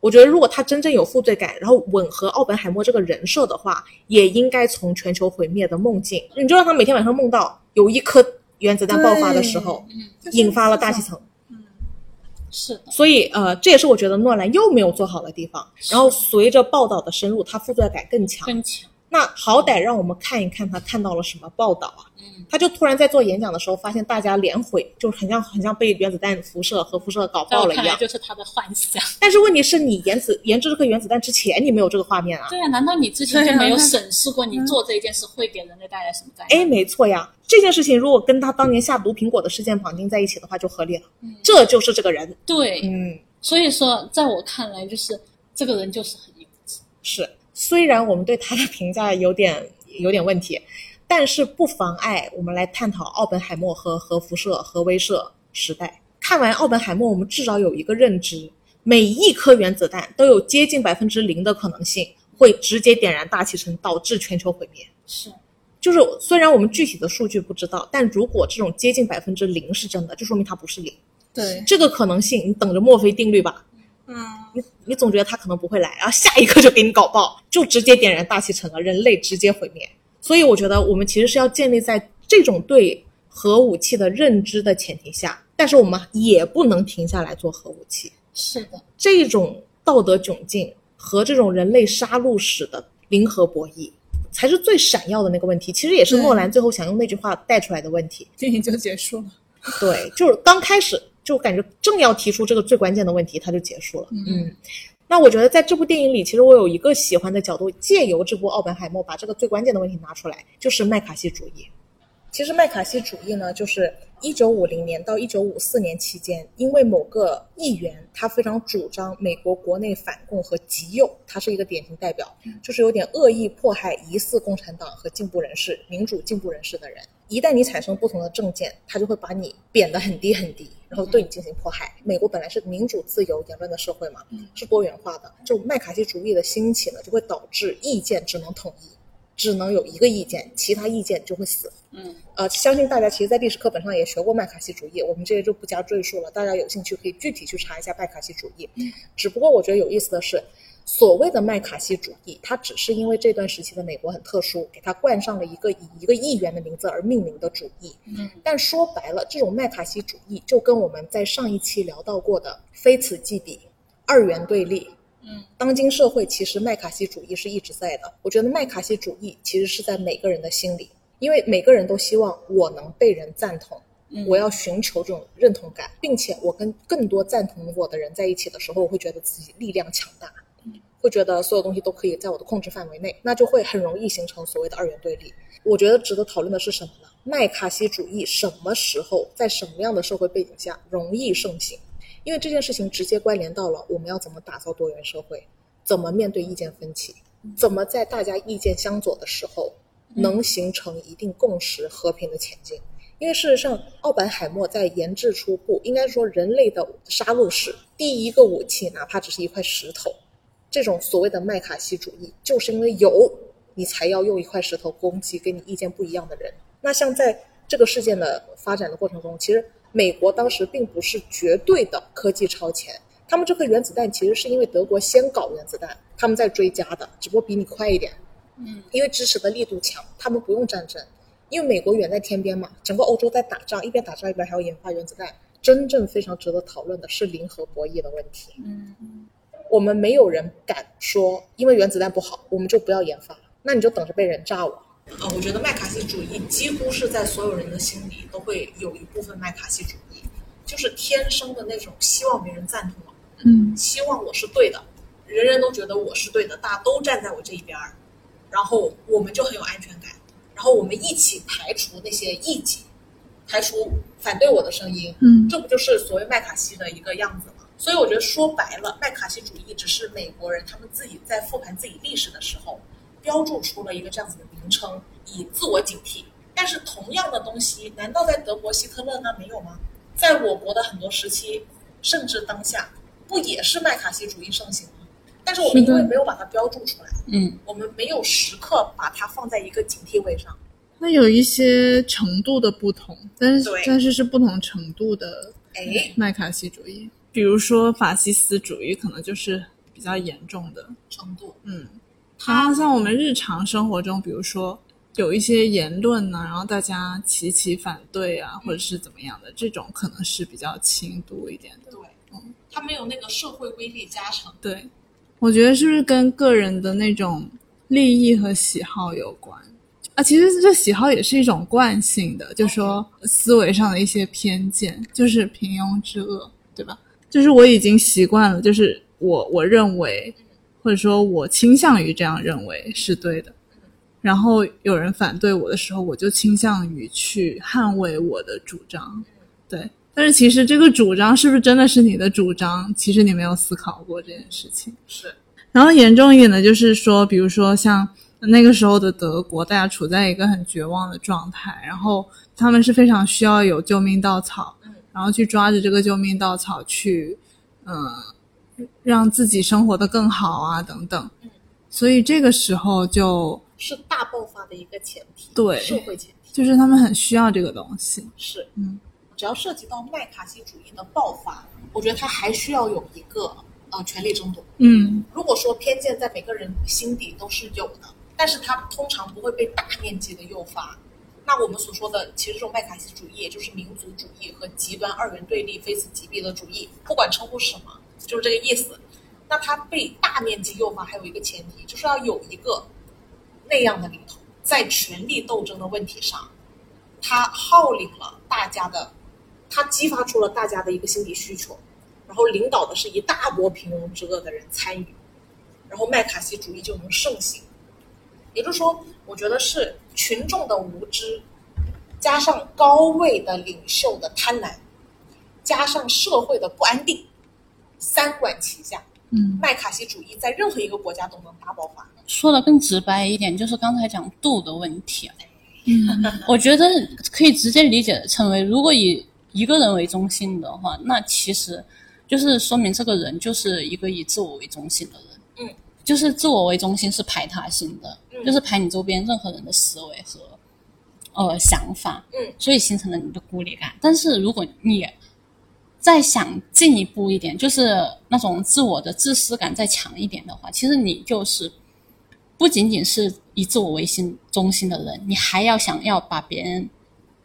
Speaker 1: 我觉得，如果他真正有负罪感，然后吻合奥本海默这个人设的话，也应该从全球毁灭的梦境，你就让他每天晚上梦到有一颗原子弹爆发的时候，
Speaker 2: 就是
Speaker 1: 引发了大气层。
Speaker 3: 是的，
Speaker 1: 所以，呃，这也是我觉得诺兰又没有做好的地方。然后，随着报道的深入，他负罪感更强。
Speaker 3: 更强，
Speaker 1: 那好歹让我们看一看他看到了什么报道啊。
Speaker 3: 嗯，
Speaker 1: 他就突然在做演讲的时候，发现大家脸毁，就是很像很像被原子弹辐射、核辐射搞
Speaker 3: 在
Speaker 1: 爆
Speaker 3: 我
Speaker 1: 了一
Speaker 3: 看来
Speaker 1: 样。
Speaker 3: 就是嗯他的幻想。
Speaker 1: 但是问题是你研制研制这颗原子弹之前，你没有这个画面啊。
Speaker 3: 对啊，难道你之前
Speaker 2: 对
Speaker 3: 就
Speaker 2: 啊
Speaker 3: 没有
Speaker 2: 那嗯
Speaker 3: 审视过你做这一件事会给人类带来什么灾难？
Speaker 1: 哎，没错呀，这件事情如果跟他当年下毒苹果的事件绑定在一起的话，就合理了。
Speaker 3: 嗯
Speaker 1: 这就是这个人。
Speaker 3: 对，
Speaker 1: 嗯，
Speaker 3: 所以说，在我看来，就是这个人就是很幼稚。
Speaker 1: 是。虽然我们对他的评价有点有点问题，但是不妨碍我们来探讨奥本海默和核辐射、核威慑时代。看完奥本海默，我们至少有一个认知：每一颗原子弹都有接近百分之零的可能性会直接点燃大气层，导致全球毁灭。
Speaker 3: 是，
Speaker 1: 就是虽然我们具体的数据不知道，但如果这种接近百分之零是真的，就说明它不是零。
Speaker 2: 对，
Speaker 1: 这个可能性，你等着墨菲定律吧。
Speaker 2: 嗯，
Speaker 1: 你你总觉得他可能不会来，然后下一刻就给你搞爆，就直接点燃大气层了，人类直接毁灭。所以我觉得我们其实是要建立在这种对核武器的认知的前提下，但是我们也不能停下来做核武器。
Speaker 3: 是的，
Speaker 1: 这种道德窘境和这种人类杀戮史的零和博弈，才是最闪耀的那个问题。其实也是
Speaker 2: 对
Speaker 1: 诺兰最后想用那句话带出来的问题。
Speaker 2: 电影就结束了。
Speaker 1: 对，就是刚开始就感觉正要提出这个最关键的问题，它就结束了。嗯，那我觉得在这部电影里，其实我有一个喜欢的角度，借由这部《奥本海默》把这个最关键的问题拿出来，就是麦卡锡主义。其实麦卡锡主义呢，就是一九五零年到一九五四年期间，因为某个议员他非常主张美国国内反共和极右，他是一个典型代表，就是有点恶意迫害疑似共产党和进步人士、民主进步人士的人。一旦你产生不同的政见，他就会把你贬得很低很低，然后对你进行迫害。美国本来是民主自由言论的社会嘛，是多元化的。就麦卡锡主义的兴起呢，就会导致意见只能统一，只能有一个意见，其他意见就会死。
Speaker 3: 嗯，
Speaker 1: 呃，相信大家其实，在历史课本上也学过麦卡锡主义，我们这里就不加赘述了。大家有兴趣可以具体去查一下麦卡锡主义。只不过我觉得有意思的是，所谓的麦卡锡主义，它只是因为这段时期的美国很特殊，给它冠上了一个以一个议员的名字而命名的主义。
Speaker 3: 嗯，
Speaker 1: 但说白了，这种麦卡锡主义就跟我们在上一期聊到过的非此即彼、二元对立。
Speaker 3: 嗯，
Speaker 1: 当今社会其实麦卡锡主义是一直在的。我觉得麦卡锡主义其实是在每个人的心里，因为每个人都希望我能被人赞同，
Speaker 3: 嗯
Speaker 1: 我要寻求这种认同感，并且我跟更多赞同我的人在一起的时候，我会觉得自己力量强大，会觉得所有东西都可以在我的控制范围内，那就会很容易形成所谓的二元对立。我觉得值得讨论的是什么呢？麦卡锡主义什么时候在什么样的社会背景下容易盛行？因为这件事情直接关联到了我们要怎么打造多元社会，怎么面对意见分歧，怎么在大家意见相左的时候能形成一定共识，和平的前进。因为事实上，奥本海默在研制出不应该说人类的杀戮史第一个武器，哪怕只是一块石头，这种所谓的麦卡锡主义，就是因为有你才要用一块石头攻击跟你意见不一样的人。那像在这个事件的发展的过程中，其实美国当时并不是绝对的科技超前，他们这颗原子弹其实是因为德国先搞原子弹，他们在追加的，只不过比你快一点。
Speaker 3: 嗯，
Speaker 1: 因为支持的力度强，他们不用战争，因为美国远在天边嘛，整个欧洲在打仗，一边打仗一边还要研发原子弹。真正非常值得讨论的是零和博弈的问题。
Speaker 3: 嗯，
Speaker 1: 我们没有人敢说，因为原子弹不好，我们就不要研发，那你就等着被人炸我。呃，我觉得麦卡锡主义几乎是在所有人的心里都会有一部分麦卡锡主义，就是天生的那种希望别人赞同我，
Speaker 2: 嗯，
Speaker 1: 希望我是对的，人人都觉得我是对的，大家都站在我这一边儿，然后我们就很有安全感，然后我们一起排除那些异己，排除反对我的声音，
Speaker 4: 嗯
Speaker 1: 这不就是所谓麦卡锡的一个样子吗？所以我觉得说白了，麦卡锡主义只是美国人他们自己在复盘自己历史的时候，标注出了一个这样子的名称，以自我警惕。但是同样的东西，难道在德国希特勒那没有吗？在我国的很多时期，甚至当下，不也是麦卡锡主义盛行吗？但是我们
Speaker 4: 是
Speaker 1: 因
Speaker 4: 的
Speaker 1: 为没有把它标注出来，
Speaker 3: 嗯，
Speaker 1: 我们没有时刻把它放在一个警惕位上。
Speaker 4: 那有一些程度的不同，但是
Speaker 1: 对
Speaker 4: 但是是不同程度的
Speaker 1: 哎，
Speaker 4: 麦卡锡主义。
Speaker 2: 比如说法西斯主义，可能就是比较严重的。
Speaker 1: 程度，
Speaker 4: 嗯，
Speaker 2: 然后像我们日常生活中，比如说有一些言论呢、然后大家齐齐反对啊，或者是怎么样的，这种可能是比较轻度一点的。
Speaker 1: 对，它没有那个社会威力加成。
Speaker 2: 对，我觉得是不是跟个人的那种利益和喜好有关啊？其实这喜好也是一种惯性的，就说思维上的一些偏见，就是平庸之恶，对吧？就是我已经习惯了，就是我我认为，或者说我倾向于这样认为是对的。然后有人反对我的时候，我就倾向于去捍卫我的主张，对。但是其实这个主张是不是真的是你的主张？其实你没有思考过这件事情。
Speaker 1: 是，
Speaker 2: 然后严重一点的就是说，比如说像那个时候的德国，大家处在一个很绝望的状态，然后他们是非常需要有救命稻草
Speaker 1: 嗯，
Speaker 2: 然后去抓着这个救命稻草去，嗯、让自己生活的更好啊等等
Speaker 1: 嗯。
Speaker 2: 所以这个时候就是
Speaker 1: 大爆发的一个前提，
Speaker 2: 对
Speaker 1: 社会前提
Speaker 2: 就是他们很需要这个东西，
Speaker 1: 是，
Speaker 2: 嗯，
Speaker 1: 只要涉及到麦卡锡主义的爆发，我觉得它还需要有一个呃权力争夺。
Speaker 2: 嗯，
Speaker 1: 如果说偏见在每个人心底都是有的，但是它通常不会被大面积的诱发。那我们所说的，其实这种麦卡锡主义，也就是民族主义和极端二元对立、非此即彼的主义，不管称呼什么，就是这个意思。那它被大面积诱发，还有一个前提，就是要有一个那样的领头，在权力斗争的问题上，他号令了大家的，他激发出了大家的一个心理需求，然后领导的是一大波平庸之恶的人参与，然后麦卡锡主义就能盛行。也就是说，我觉得是群众的无知，加上高位的领袖的贪婪，加上社会的不安定，三管齐下，
Speaker 4: 嗯，
Speaker 1: 麦卡锡主义在任何一个国家都能大爆发。
Speaker 3: 说的更直白一点，就是刚才讲度的问题啊。
Speaker 2: 嗯
Speaker 3: 我觉得可以直接理解成为，如果以一个人为中心的话，那其实就是说明这个人就是一个以自我为中心的人。
Speaker 1: 嗯，
Speaker 3: 就是自我为中心是排他性的，
Speaker 1: 嗯
Speaker 3: 就是排你周边任何人的思维和呃想法。
Speaker 1: 嗯，
Speaker 3: 所以形成了你的孤立感。但是如果你再想进一步一点，就是那种自我的自私感再强一点的话，其实你就是不仅仅是以自我为心中心的人，你还要想要把别人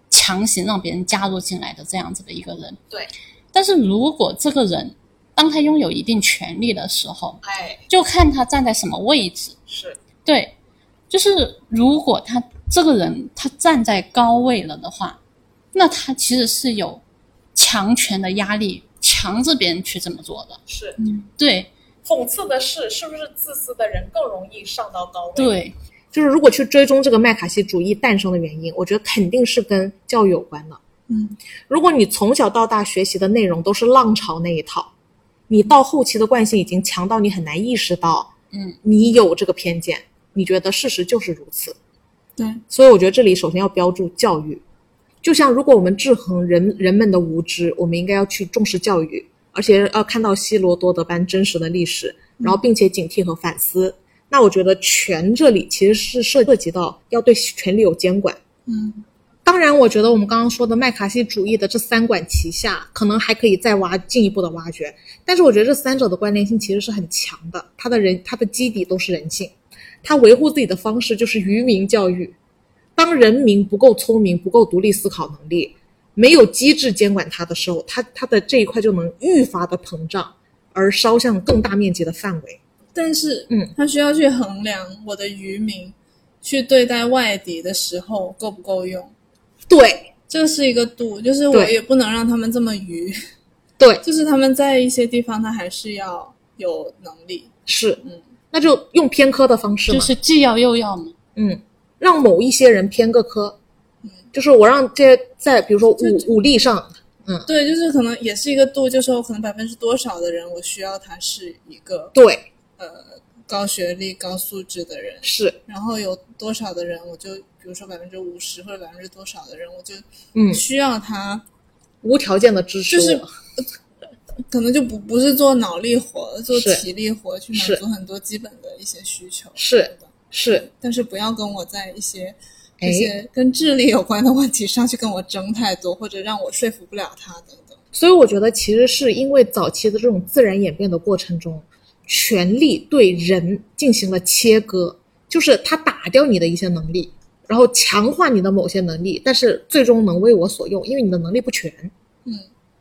Speaker 3: 强行让别人加入进来的这样子的一个人。
Speaker 1: 对，
Speaker 3: 但是如果这个人当他拥有一定权利的时候，
Speaker 1: 哎，
Speaker 3: 就看他站在什么位置。
Speaker 1: 是，
Speaker 3: 对，就是如果他这个人他站在高位了的话，那他其实是有强权的压力，强制别人去这么做的。
Speaker 1: 是。
Speaker 3: 对
Speaker 1: 讽刺的是，是不是自私的人更容易上到高位？，
Speaker 3: 对，
Speaker 1: 就是如果去追踪这个麦卡锡主义诞生的原因，我觉得肯定是跟教育有关的。
Speaker 4: 嗯，
Speaker 1: 如果你从小到大学习的内容都是浪潮那一套，你到后期的惯性已经强到你很难意识到
Speaker 3: 嗯，
Speaker 1: 你有这个偏见，你觉得事实就是如此。
Speaker 4: 对，
Speaker 1: 所以我觉得这里首先要标注教育，就像如果我们制衡人人们的无知，我们应该要去重视教育，而且要看到希罗多德般真实的历史，然后并且警惕和反思。那我觉得权这里其实是涉涉及到要对权力有监管。
Speaker 4: 嗯，
Speaker 1: 当然，我觉得我们刚刚说的麦卡锡主义的这三管齐下，可能还可以再挖进一步的挖掘。但是我觉得这三者的关联性其实是很强的，它的人它的基底都是人性，它维护自己的方式就是愚民教育。当人民不够聪明、不够独立思考能力，没有机制监管它的时候，它它的这一块就能愈发的膨胀，而烧向更大面积的范围。
Speaker 2: 但是，
Speaker 1: 嗯，
Speaker 2: 他需要去衡量我的渔民去对待外敌的时候够不够用，
Speaker 1: 对
Speaker 2: 这是一个度，就是我
Speaker 1: 对
Speaker 2: 也不能让他们这么愚，
Speaker 1: 对，
Speaker 2: 就是他们在一些地方他还是要有能力，
Speaker 1: 是
Speaker 2: 嗯，
Speaker 1: 那就用偏科的方式嘛，
Speaker 3: 就是既要又要嘛。
Speaker 1: 嗯，让某一些人偏个科，就是我让这些在比如说武武力上，
Speaker 2: 对，就是可能也是一个度，就是说可能百分之多少的人，我需要他是一个
Speaker 1: 对，
Speaker 2: 呃高学历、高素质的人，
Speaker 1: 是，
Speaker 2: 然后有多少的人，我就比如说百分之五十或者百分之多少的人，我就
Speaker 1: 嗯，
Speaker 2: 需要他，
Speaker 1: 无条件的支持我，
Speaker 2: 就是可能就不不是做脑力活，做
Speaker 1: 是
Speaker 2: 体力活去
Speaker 1: 是
Speaker 2: 满足很多基本的一些需求，
Speaker 1: 是
Speaker 2: 对吧？
Speaker 1: 是
Speaker 2: 但是不要跟我在一些
Speaker 1: 哎
Speaker 2: 一些跟智力有关的问题上去跟我争太多，或者让我说服不了他等等。
Speaker 1: 所以我觉得，其实是因为早期的这种自然演变的过程中，权力对人进行了切割，就是它打掉你的一些能力，然后强化你的某些能力，但是最终能为我所用，因为你的能力不全，
Speaker 2: 嗯，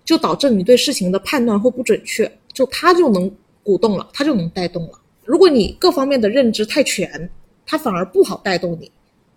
Speaker 1: 就导致你对事情的判断会不准确，就它就能鼓动了，它就能带动了。如果你各方面的认知太全，它反而不好带动你，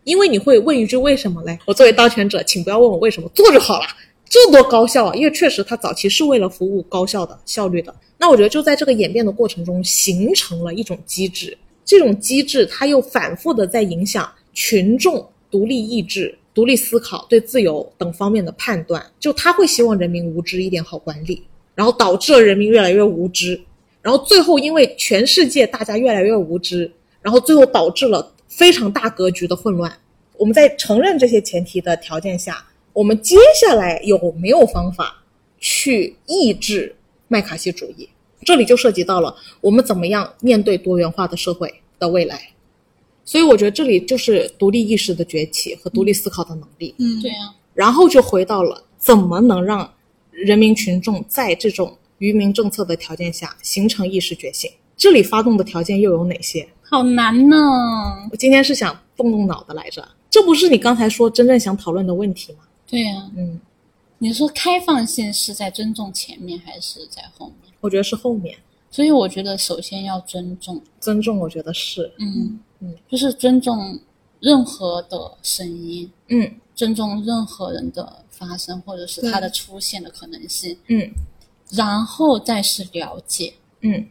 Speaker 1: 因为你会问一句为什么嘞？我作为当权者，请不要问我为什么，做就好了。这多高效啊！因为确实它早期是为了服务高效的效率的。那我觉得就在这个演变的过程中，形成了一种机制，这种机制它又反复的在影响群众独立意志、独立思考、对自由等方面的判断。就他会希望人民无知一点好管理，然后导致了人民越来越无知，然后最后因为全世界大家越来越无知，然后最后导致了非常大格局的混乱。我们在承认这些前提的条件下，我们接下来有没有方法去抑制麦卡锡主义？这里就涉及到了我们怎么样面对多元化的社会的未来。所以我觉得这里就是独立意识的崛起和独立思考的能力，
Speaker 2: 嗯
Speaker 3: 对啊，
Speaker 1: 然后就回到了怎么能让人民群众在这种愚民政策的条件下形成意识觉醒。这里发动的条件又有哪些？
Speaker 3: 好难呢。
Speaker 1: 我今天是想动动脑的来着，这不是你刚才说真正想讨论的问题吗？
Speaker 3: 对啊，
Speaker 1: 嗯，
Speaker 3: 你说开放性是在尊重前面还是在后面？
Speaker 1: 我觉得是后面
Speaker 3: 所以我觉得首先要尊重，
Speaker 1: 尊重，我觉得是，
Speaker 3: 嗯
Speaker 1: 嗯，
Speaker 3: 就是尊重任何的声音，
Speaker 1: 嗯
Speaker 3: 尊重任何人的发生或者是
Speaker 2: 对
Speaker 3: 他的出现的可能性，
Speaker 1: 嗯
Speaker 3: 然后再是了解。
Speaker 1: 嗯，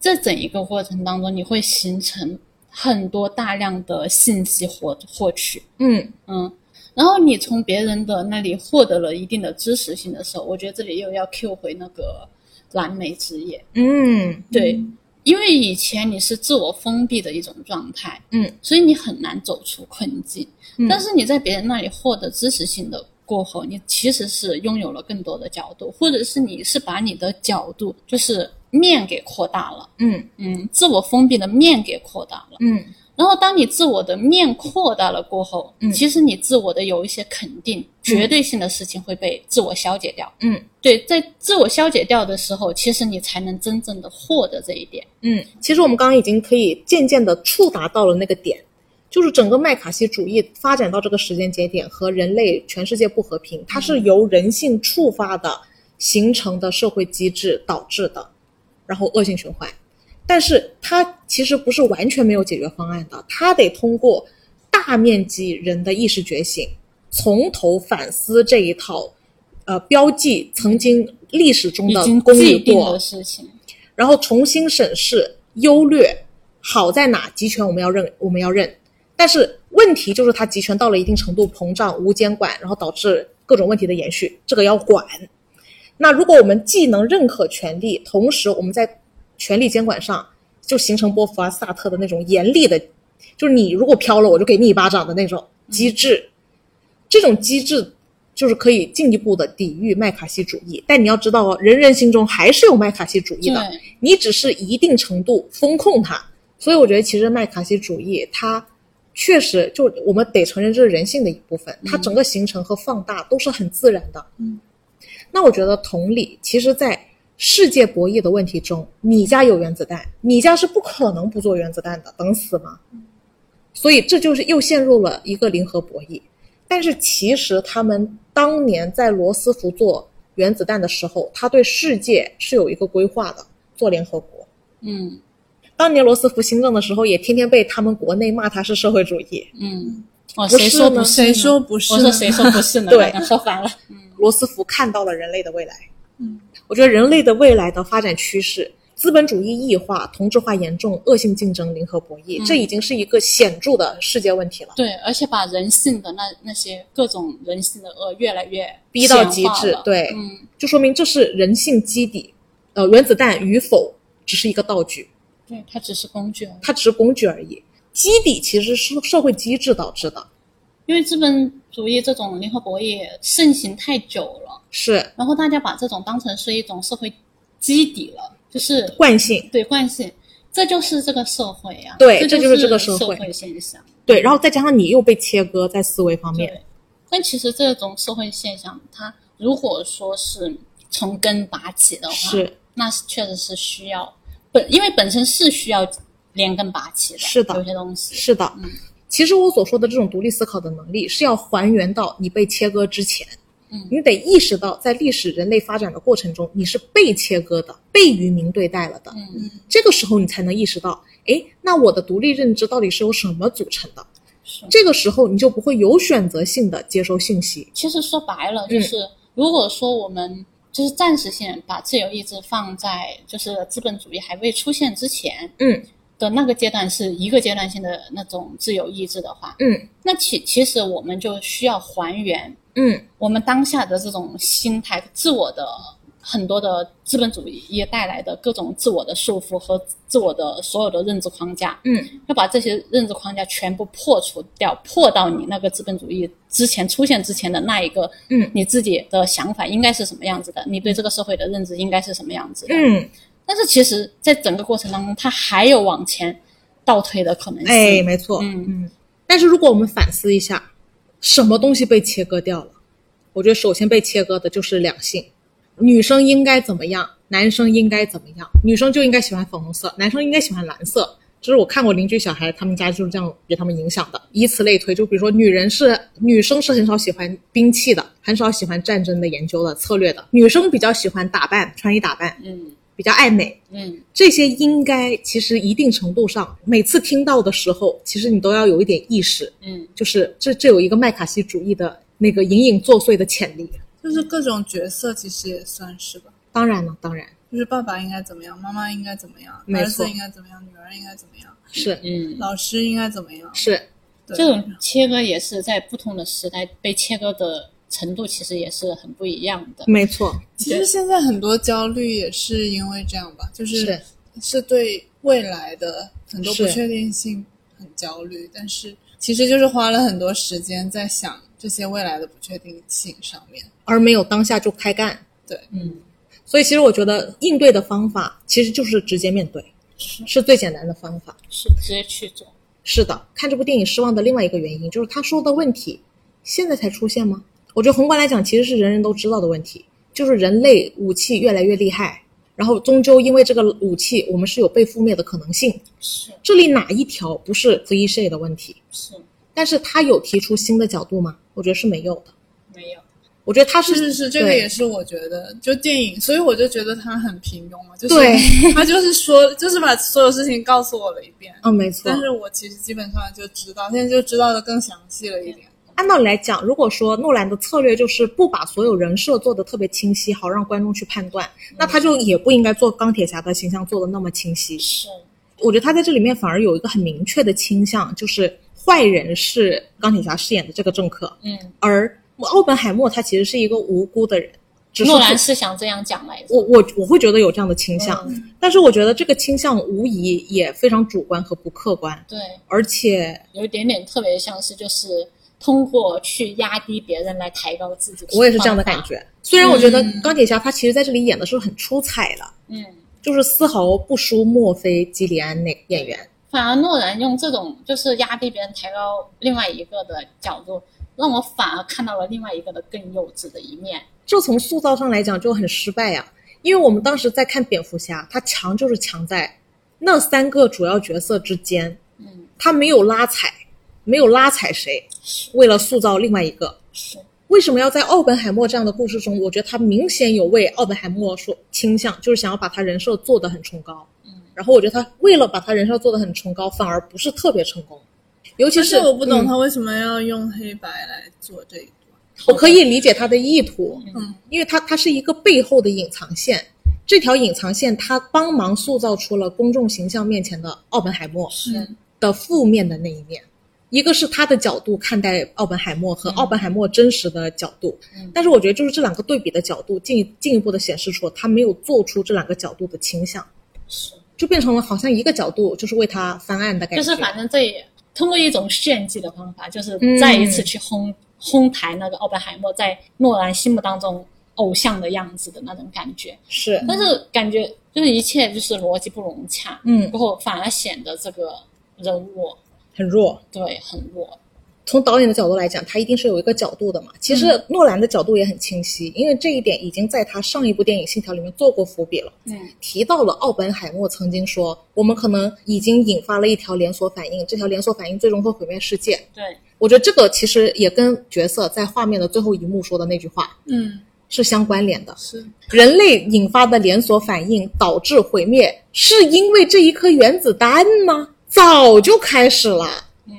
Speaker 3: 这整一个过程当中，你会形成很多大量的信息获获取，
Speaker 1: 嗯
Speaker 3: 嗯，然后你从别人的那里获得了一定的知识性的时候，我觉得这里又要 Q 回那个蓝莓之夜，
Speaker 1: 嗯
Speaker 3: 对，因为以前你是自我封闭的一种状态，
Speaker 1: 嗯，
Speaker 3: 所以你很难走出困境。
Speaker 1: 嗯
Speaker 3: 但是你在别人那里获得知识性的过后，你其实是拥有了更多的角度，或者是你是把你的角度就是面给扩大了，
Speaker 1: 嗯
Speaker 3: 嗯，自我封闭的面给扩大了。
Speaker 1: 嗯
Speaker 3: 然后当你自我的面扩大了过后，
Speaker 1: 嗯
Speaker 3: 其实你自我的有一些肯定、绝对性的事情会被自我消解掉。
Speaker 1: 嗯
Speaker 3: 对，在自我消解掉的时候，其实你才能真正的获得这一点。
Speaker 1: 嗯，其实我们刚刚已经可以渐渐的触达到了那个点，就是整个麦卡锡主义发展到这个时间节点和人类全世界不和平，它是由人性触发的形成的社会机制导致的，然后恶性循环。但是它其实不是完全没有解决方案的，它得通过大面积人的意识觉醒，从头反思这一套，呃，标记曾经历史中
Speaker 3: 已
Speaker 1: 的
Speaker 3: 经
Speaker 1: 公
Speaker 3: 既
Speaker 1: 理
Speaker 3: 定
Speaker 1: 过
Speaker 3: 的事情，
Speaker 1: 然后重新审视优劣，好在哪，集权我们要认，我们要认。但是问题就是它集权到了一定程度膨胀无监管，然后导致各种问题的延续，这个要管。那如果我们既能认可权利，同时我们在权力监管上就形成波伏娃、萨特的那种严厉的，就是你如果飘了，我就给你一巴掌的那种机制。这种机制就是可以进一步的抵御麦卡锡主义，但你要知道哦，人人心中还是有麦卡锡主义的。
Speaker 3: 对，
Speaker 1: 你只是一定程度风控它。所以我觉得，其实麦卡锡主义它确实就我们得承认这是人性的一部分，它整个形成和放大都是很自然的。
Speaker 2: 嗯，
Speaker 1: 那我觉得同理，其实，在世界博弈的问题中，你家有原子弹，你家是不可能不做原子弹的，等死吗？所以这就是又陷入了一个零和博弈。但是其实他们当年在罗斯福做原子弹的时候，他对世界是有一个规划的，做联合国。
Speaker 3: 嗯
Speaker 1: 当年罗斯福新政的时候，也天天被他们国内骂他是社会主义。
Speaker 3: 嗯，哦，
Speaker 1: 不
Speaker 3: 谁
Speaker 1: 是
Speaker 3: 说
Speaker 1: 呢
Speaker 3: 不是呢？
Speaker 2: 谁说不是
Speaker 3: 我
Speaker 2: 呢？
Speaker 3: 说谁说不是呢？
Speaker 1: 对
Speaker 3: 刚刚说反了。
Speaker 1: 罗斯福看到了人类的未来，
Speaker 2: 嗯
Speaker 1: 我觉得人类的未来的发展趋势资本主义异化、同质化严重、恶性竞争、零和博弈，
Speaker 3: 嗯
Speaker 1: 这已经是一个显著的世界问题了。
Speaker 3: 对，而且把人性的那那些各种人性的恶越来越
Speaker 1: 逼到
Speaker 3: 显
Speaker 1: 极
Speaker 3: 化
Speaker 1: 致
Speaker 3: 了
Speaker 1: 对
Speaker 3: 嗯，
Speaker 1: 就说明这是人性基底。呃，原子弹与否只是一个道具，
Speaker 3: 对，它只是工具而已。
Speaker 1: 它只是工具而已。基底其实是社会机制导致的，
Speaker 3: 因为资本主义这种零和博弈盛行太久了，
Speaker 1: 是
Speaker 3: 然后大家把这种当成是一种社会基底了，就是
Speaker 1: 惯性。
Speaker 3: 对惯性，这就是这个社会呀、
Speaker 1: 对
Speaker 3: 这
Speaker 1: 这就是是这个社
Speaker 3: 社
Speaker 1: 会
Speaker 3: 现象。
Speaker 1: 对，然后再加上你又被切割在思维方面，
Speaker 3: 对，但其实这种社会现象，它如果说是从根拔起的话，
Speaker 1: 是
Speaker 3: 那是确实是需要本，因为本身是需要连根拔起的，
Speaker 1: 是的
Speaker 3: 有些东西。
Speaker 1: 是的。其实我所说的这种独立思考的能力，是要还原到你被切割之前。
Speaker 3: 嗯
Speaker 1: 你得意识到，在历史人类发展的过程中，你是被切割的，被渔民对待了的。
Speaker 3: 嗯，
Speaker 1: 这个时候你才能意识到，诶，那我的独立认知到底是由什么组成的？
Speaker 3: 是。
Speaker 1: 这个时候你就不会有选择性的接收信息。
Speaker 3: 其实说白了，
Speaker 1: 嗯
Speaker 3: 就是、如果说我们就是暂时性把自由意志放在就是资本主义还未出现之前，
Speaker 1: 嗯
Speaker 3: 的那个阶段是一个阶段性的那种自由意志的话，
Speaker 1: 嗯
Speaker 3: 那其其实我们就需要还原
Speaker 1: 嗯，
Speaker 3: 我们当下的这种心态、自我的很多的资本主义带来的各种自我的束缚和自我的所有的认知框架，
Speaker 1: 嗯，
Speaker 3: 要把这些认知框架全部破除掉，破到你那个资本主义之前出现之前的那一个，
Speaker 1: 嗯
Speaker 3: 你自己的想法应该是什么样子的，你对这个社会的认知应该是什么样子的，
Speaker 1: 嗯，
Speaker 3: 但是其实，在整个过程当中，它还有往前倒退的可能性，
Speaker 1: 哎，没错，
Speaker 3: 嗯
Speaker 1: 嗯。但是如果我们反思一下，什么东西被切割掉了？我觉得首先被切割的就是两性，女生应该怎么样，男生应该怎么样？女生就应该喜欢粉红色，男生应该喜欢蓝色。这是我看过邻居小孩，他们家就是这样给他们影响的。以此类推，就比如说女人是女生是很少喜欢兵器的，很少喜欢战争的研究的策略的，女生比较喜欢打扮、穿衣打扮，
Speaker 3: 嗯
Speaker 1: 比较爱美，
Speaker 3: 嗯，
Speaker 1: 这些应该其实一定程度上，每次听到的时候，其实你都要有一点意识，
Speaker 3: 嗯，
Speaker 1: 就是这这有一个麦卡锡主义的那个隐隐作祟的潜力。
Speaker 2: 就是各种角色其实也算是吧，
Speaker 1: 当然了，当然
Speaker 2: 就是爸爸应该怎么样，妈妈应该怎么样，
Speaker 1: 没
Speaker 2: 儿
Speaker 1: 错
Speaker 2: 子应该怎么样，女儿应该怎么样，
Speaker 1: 是
Speaker 3: 嗯，
Speaker 2: 老师应该怎么样，
Speaker 1: 是，
Speaker 2: 对
Speaker 3: 这种切割也是在不同的时代被切割的程度，其实也是很不一样的。
Speaker 1: 没错，
Speaker 2: 其实现在很多焦虑也是因为这样吧，就是
Speaker 1: 是
Speaker 2: 是对未来的很多不
Speaker 1: 是
Speaker 2: 确定性很焦虑，但是其实就是花了很多时间在想这些未来的不确定性上面。
Speaker 1: 而没有当下就开干。
Speaker 2: 对，
Speaker 3: 嗯，
Speaker 1: 所以其实我觉得应对的方法其实就是直接面对，
Speaker 3: 是
Speaker 1: 是最简单的方法。
Speaker 3: 是直接去做，
Speaker 1: 是的，看这部电影失望的另外一个原因就是他说的问题现在才出现吗？我觉得宏观来讲，其实是人人都知道的问题，就是人类武器越来越厉害，然后终究因为这个武器，我们是有被覆灭的可能性。
Speaker 3: 是
Speaker 1: 这里哪一条不是 cliche 的问题？
Speaker 3: 是
Speaker 1: 但是他有提出新的角度吗？我觉得是没有的。
Speaker 3: 没有，
Speaker 1: 我觉得他
Speaker 2: 是
Speaker 1: 是
Speaker 2: 是是，这个
Speaker 1: 对
Speaker 2: 也是我觉得，就电影，所以我就觉得它很平庸嘛，就是
Speaker 1: 对
Speaker 2: 它就是说，就是把所有事情告诉我了一遍，
Speaker 1: 嗯、没错
Speaker 2: 但。是我其实基本上就知道，现在就知道的更详细了一点。
Speaker 1: 按道理来讲，如果说诺兰的策略就是不把所有人设做得特别清晰，好让观众去判断，
Speaker 3: 嗯
Speaker 1: 那他就也不应该做钢铁侠的形象做得那么清晰。
Speaker 3: 是
Speaker 1: 我觉得他在这里面反而有一个很明确的倾向，就是坏人是钢铁侠饰演的这个政客，
Speaker 3: 嗯，
Speaker 1: 而奥本海默他其实是一个无辜的人，只是
Speaker 3: 诺兰是想这样讲来着，
Speaker 1: 我我我会觉得有这样的倾向，
Speaker 3: 嗯
Speaker 1: 但是我觉得这个倾向无疑也非常主观和不客观，
Speaker 3: 对，
Speaker 1: 而且
Speaker 3: 有一点点特别像是就是通过去压低别人来抬高自己，
Speaker 1: 我也是这样的感，觉。虽然我觉得
Speaker 2: 嗯
Speaker 1: 钢铁侠他其实在这里演的是很出彩的，
Speaker 3: 嗯。
Speaker 1: 就是丝毫不输墨菲基里安那个演员，
Speaker 3: 反而诺兰用这种就是压低别人抬高另外一个的角度，让我反而看到了另外一个的更幼稚的一面。
Speaker 1: 这从塑造上来讲就很失败呀、因为我们当时在看蝙蝠侠，他强就是强在那三个主要角色之间，
Speaker 3: 嗯，
Speaker 1: 他没有拉踩，没有拉踩谁，为了塑造另外一个。
Speaker 3: 是
Speaker 1: 为什么要在奥本海默这样的故事中？我觉得他明显有为奥本海默说倾向，就是想要把他人设做得很崇高。
Speaker 3: 嗯，
Speaker 1: 然后我觉得他为了把他人设做得很崇高，反而不是特别成功。尤其
Speaker 2: 其
Speaker 1: 是
Speaker 2: 实我不懂
Speaker 1: 嗯
Speaker 2: 他为什么要用黑白来做这一段。
Speaker 1: 我可以理解他的意图，
Speaker 2: 嗯，
Speaker 1: 因为他他是一个背后的隐藏线。这条隐藏线它帮忙塑造出了公众形象面前的奥本海默
Speaker 3: 是
Speaker 2: 嗯
Speaker 1: 的负面的那一面。一个是他的角度看待奥本海默和奥本海默真实的角度，
Speaker 3: 嗯
Speaker 1: 但是我觉得就是这两个对比的角度进进一步的显示出他没有做出这两个角度的倾向，
Speaker 3: 是，
Speaker 1: 就变成了好像一个角度就是为他翻案的感
Speaker 3: 就
Speaker 1: 觉。
Speaker 3: 是反正这也通过一种炫技的方法，就是
Speaker 1: 嗯
Speaker 3: 再一次去烘、烘抬那个奥本海默在诺兰心目当中偶像的样子的那种感觉，
Speaker 1: 是，
Speaker 3: 但是感觉就是一切就是逻辑不融洽，
Speaker 1: 嗯，
Speaker 3: 过后反而显得这个人物
Speaker 1: 很弱。
Speaker 3: 对很弱，
Speaker 1: 从导演的角度来讲，他一定是有一个角度的嘛。其实
Speaker 3: 嗯
Speaker 1: 诺兰的角度也很清晰，因为这一点已经在他上一部电影《信条》里面做过伏笔了。
Speaker 3: 嗯
Speaker 1: 提到了奥本海默曾经说，我们可能已经引发了一条连锁反应，这条连锁反应最终会毁灭世界。
Speaker 3: 对
Speaker 1: 我觉得这个其实也跟角色在画面的最后一幕说的那句话
Speaker 2: 嗯，
Speaker 1: 是相关联的。
Speaker 2: 是
Speaker 1: 人类引发的连锁反应导致毁灭，是因为这一颗原子弹吗？早就开始了。
Speaker 3: 嗯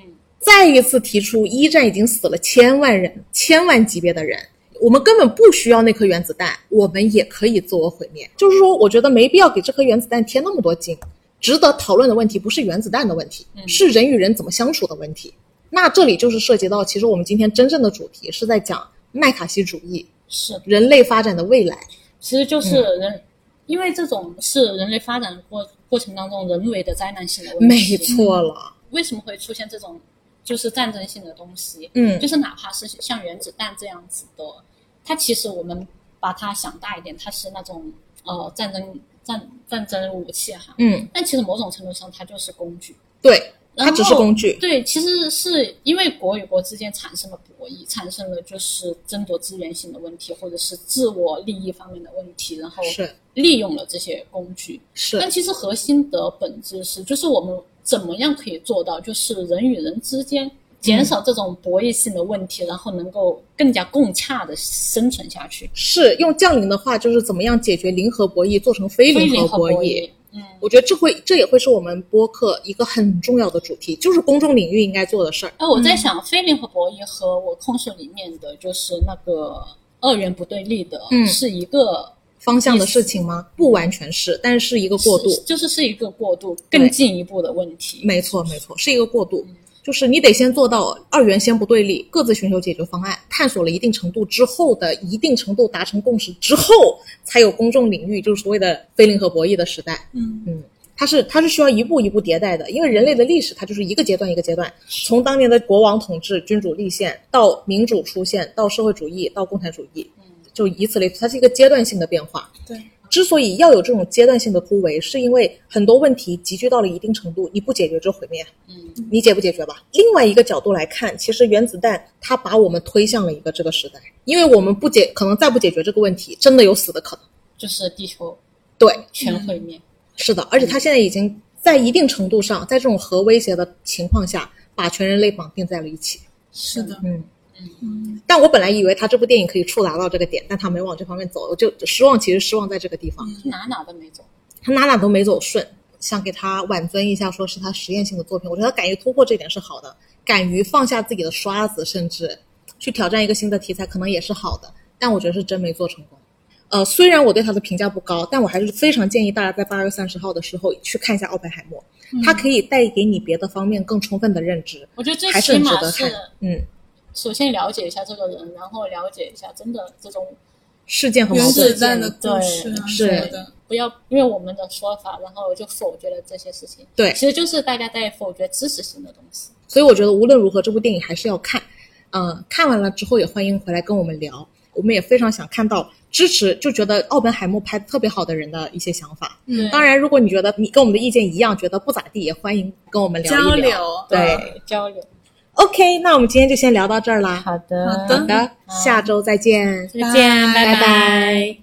Speaker 1: 再一次提出，一战已经死了千万人，千万级别的人，我们根本不需要那颗原子弹，我们也可以自我毁灭。就是说，我觉得没必要给这颗原子弹添那么多金。值得讨论的问题不是原子弹的问题，
Speaker 3: 嗯
Speaker 1: 是人与人怎么相处的问题。那这里就是涉及到，其实我们今天真正的主题是在讲麦卡锡主义，
Speaker 3: 是的，
Speaker 1: 人类发展的未来。
Speaker 3: 其实就是人。
Speaker 1: 嗯
Speaker 3: 因为这种是人类发展过过程当中人为的灾难性的问题，
Speaker 1: 没错了，
Speaker 3: 为什么会出现这种就是战争性的东西？
Speaker 1: 嗯
Speaker 3: 就是哪怕是像原子弹这样子的，它其实我们把它想大一点，它是那种呃战争战战争武器啊哈，
Speaker 1: 嗯，
Speaker 3: 但其实某种程度上它就是工具。
Speaker 1: 对，
Speaker 3: 然
Speaker 1: 它
Speaker 3: 后
Speaker 1: 只是工具。
Speaker 3: 对，其实是因为国与国之间产生了博弈，产生了就是争夺资源性的问题，或者是自我利益方面的问题，然后
Speaker 1: 是
Speaker 3: 利用了这些工具。
Speaker 1: 是
Speaker 3: 但其实核心的本质是，就是我们怎么样可以做到，就是人与人之间
Speaker 1: 嗯
Speaker 3: 减少这种博弈性的问题，然后能够更加共洽的生存下去。
Speaker 1: 是，用降临的话就是怎么样解决零和博弈做成非
Speaker 3: 非
Speaker 1: 零和
Speaker 3: 联合博
Speaker 1: 博弈。
Speaker 3: 弈，嗯，
Speaker 1: 我觉得这会这也会是我们播客一个很重要的主题，就是公众领域应该做的事儿。
Speaker 3: 哎，我在想，非零和博弈和我控诉里面的就是那个二元不对立的，
Speaker 1: 嗯
Speaker 3: 是一个
Speaker 1: 方向的事情吗？不完全是，但嗯是一个过渡
Speaker 3: 是。就是是一个过渡
Speaker 1: 对
Speaker 3: 更进一步的问题。
Speaker 1: 没错，没错，是一个过渡。就是你得先做到二元先不对立，各自寻求解决方案，探索了一定程度之后的一定程度达成共识之后，才有公众领域，就是所谓的非零和博弈的时代。
Speaker 2: 嗯
Speaker 1: 它是它是需要一步一步迭代的，因为人类的历史它就是一个阶段一个阶段，从当年的国王统治、君主立宪到民主出现，到社会主义，到共产主义，就以此类推，它是一个阶段性的变化。
Speaker 2: 对，
Speaker 1: 之所以要有这种阶段性的突围，是因为很多问题集聚到了一定程度，你不解决就毁灭，
Speaker 3: 嗯，
Speaker 1: 你解不解决吧？另外一个角度来看，其实原子弹它把我们推向了一个这个时代，因为我们不解，可能再不解决这个问题，真的有死的可能。
Speaker 3: 就是地球
Speaker 1: 对，
Speaker 3: 全毁灭。
Speaker 1: 是的，而且他现在已经在一定程度上，在这种核威胁的情况下，把全人类绑定在了一起。
Speaker 2: 是的，
Speaker 1: 嗯
Speaker 2: 嗯，
Speaker 1: 但我本来以为他这部电影可以触达到这个点，但他没往这方面走，我就失望，其实失望在这个地方，
Speaker 3: 哪哪都没走，
Speaker 1: 他哪哪都没走顺。想给他挽尊一下，说是他实验性的作品，我觉得他敢于突破这点是好的，敢于放下自己的刷子，甚至去挑战一个新的题材，可能也是好的。但我觉得是真没做成功。呃，虽然我对他的评价不高，但我还是非常建议大家在八月三十号的时候去看一下《奥本海默》，
Speaker 3: 嗯
Speaker 1: 它可以带给你别的方面更充分的认知，
Speaker 3: 我觉得最
Speaker 1: 还是
Speaker 3: 起
Speaker 1: 很值
Speaker 3: 码
Speaker 1: 得看
Speaker 3: 是。
Speaker 1: 嗯，
Speaker 3: 首先了解一下这个人，然后了解一下真的这种
Speaker 1: 事件和
Speaker 2: 原
Speaker 1: 矛
Speaker 2: 子
Speaker 1: 盾，
Speaker 2: 弹的故事啊
Speaker 1: 是
Speaker 2: 什么的，
Speaker 3: 不要因为我们的说法，然后就否决了这些事情。
Speaker 1: 对
Speaker 3: 其实就是大家在否决知识性的东西。
Speaker 1: 所以我觉得无论如何，这部电影还是要看。嗯、看完了之后也欢迎回来跟我们聊，我们也非常想看到支持，就觉得奥本海默拍的特别好的人的一些想法。
Speaker 2: 嗯
Speaker 1: 当然，如果你觉得你跟我们的意见一样，觉得不咋地，也欢迎跟我们聊
Speaker 2: 交
Speaker 1: 一聊。
Speaker 2: 流，
Speaker 1: 对
Speaker 3: 交流。
Speaker 1: ，OK，那我们今天就先聊到这儿啦。
Speaker 3: 好的
Speaker 1: 好的，下周再见。
Speaker 3: 再见，
Speaker 1: 拜
Speaker 3: 拜
Speaker 1: 拜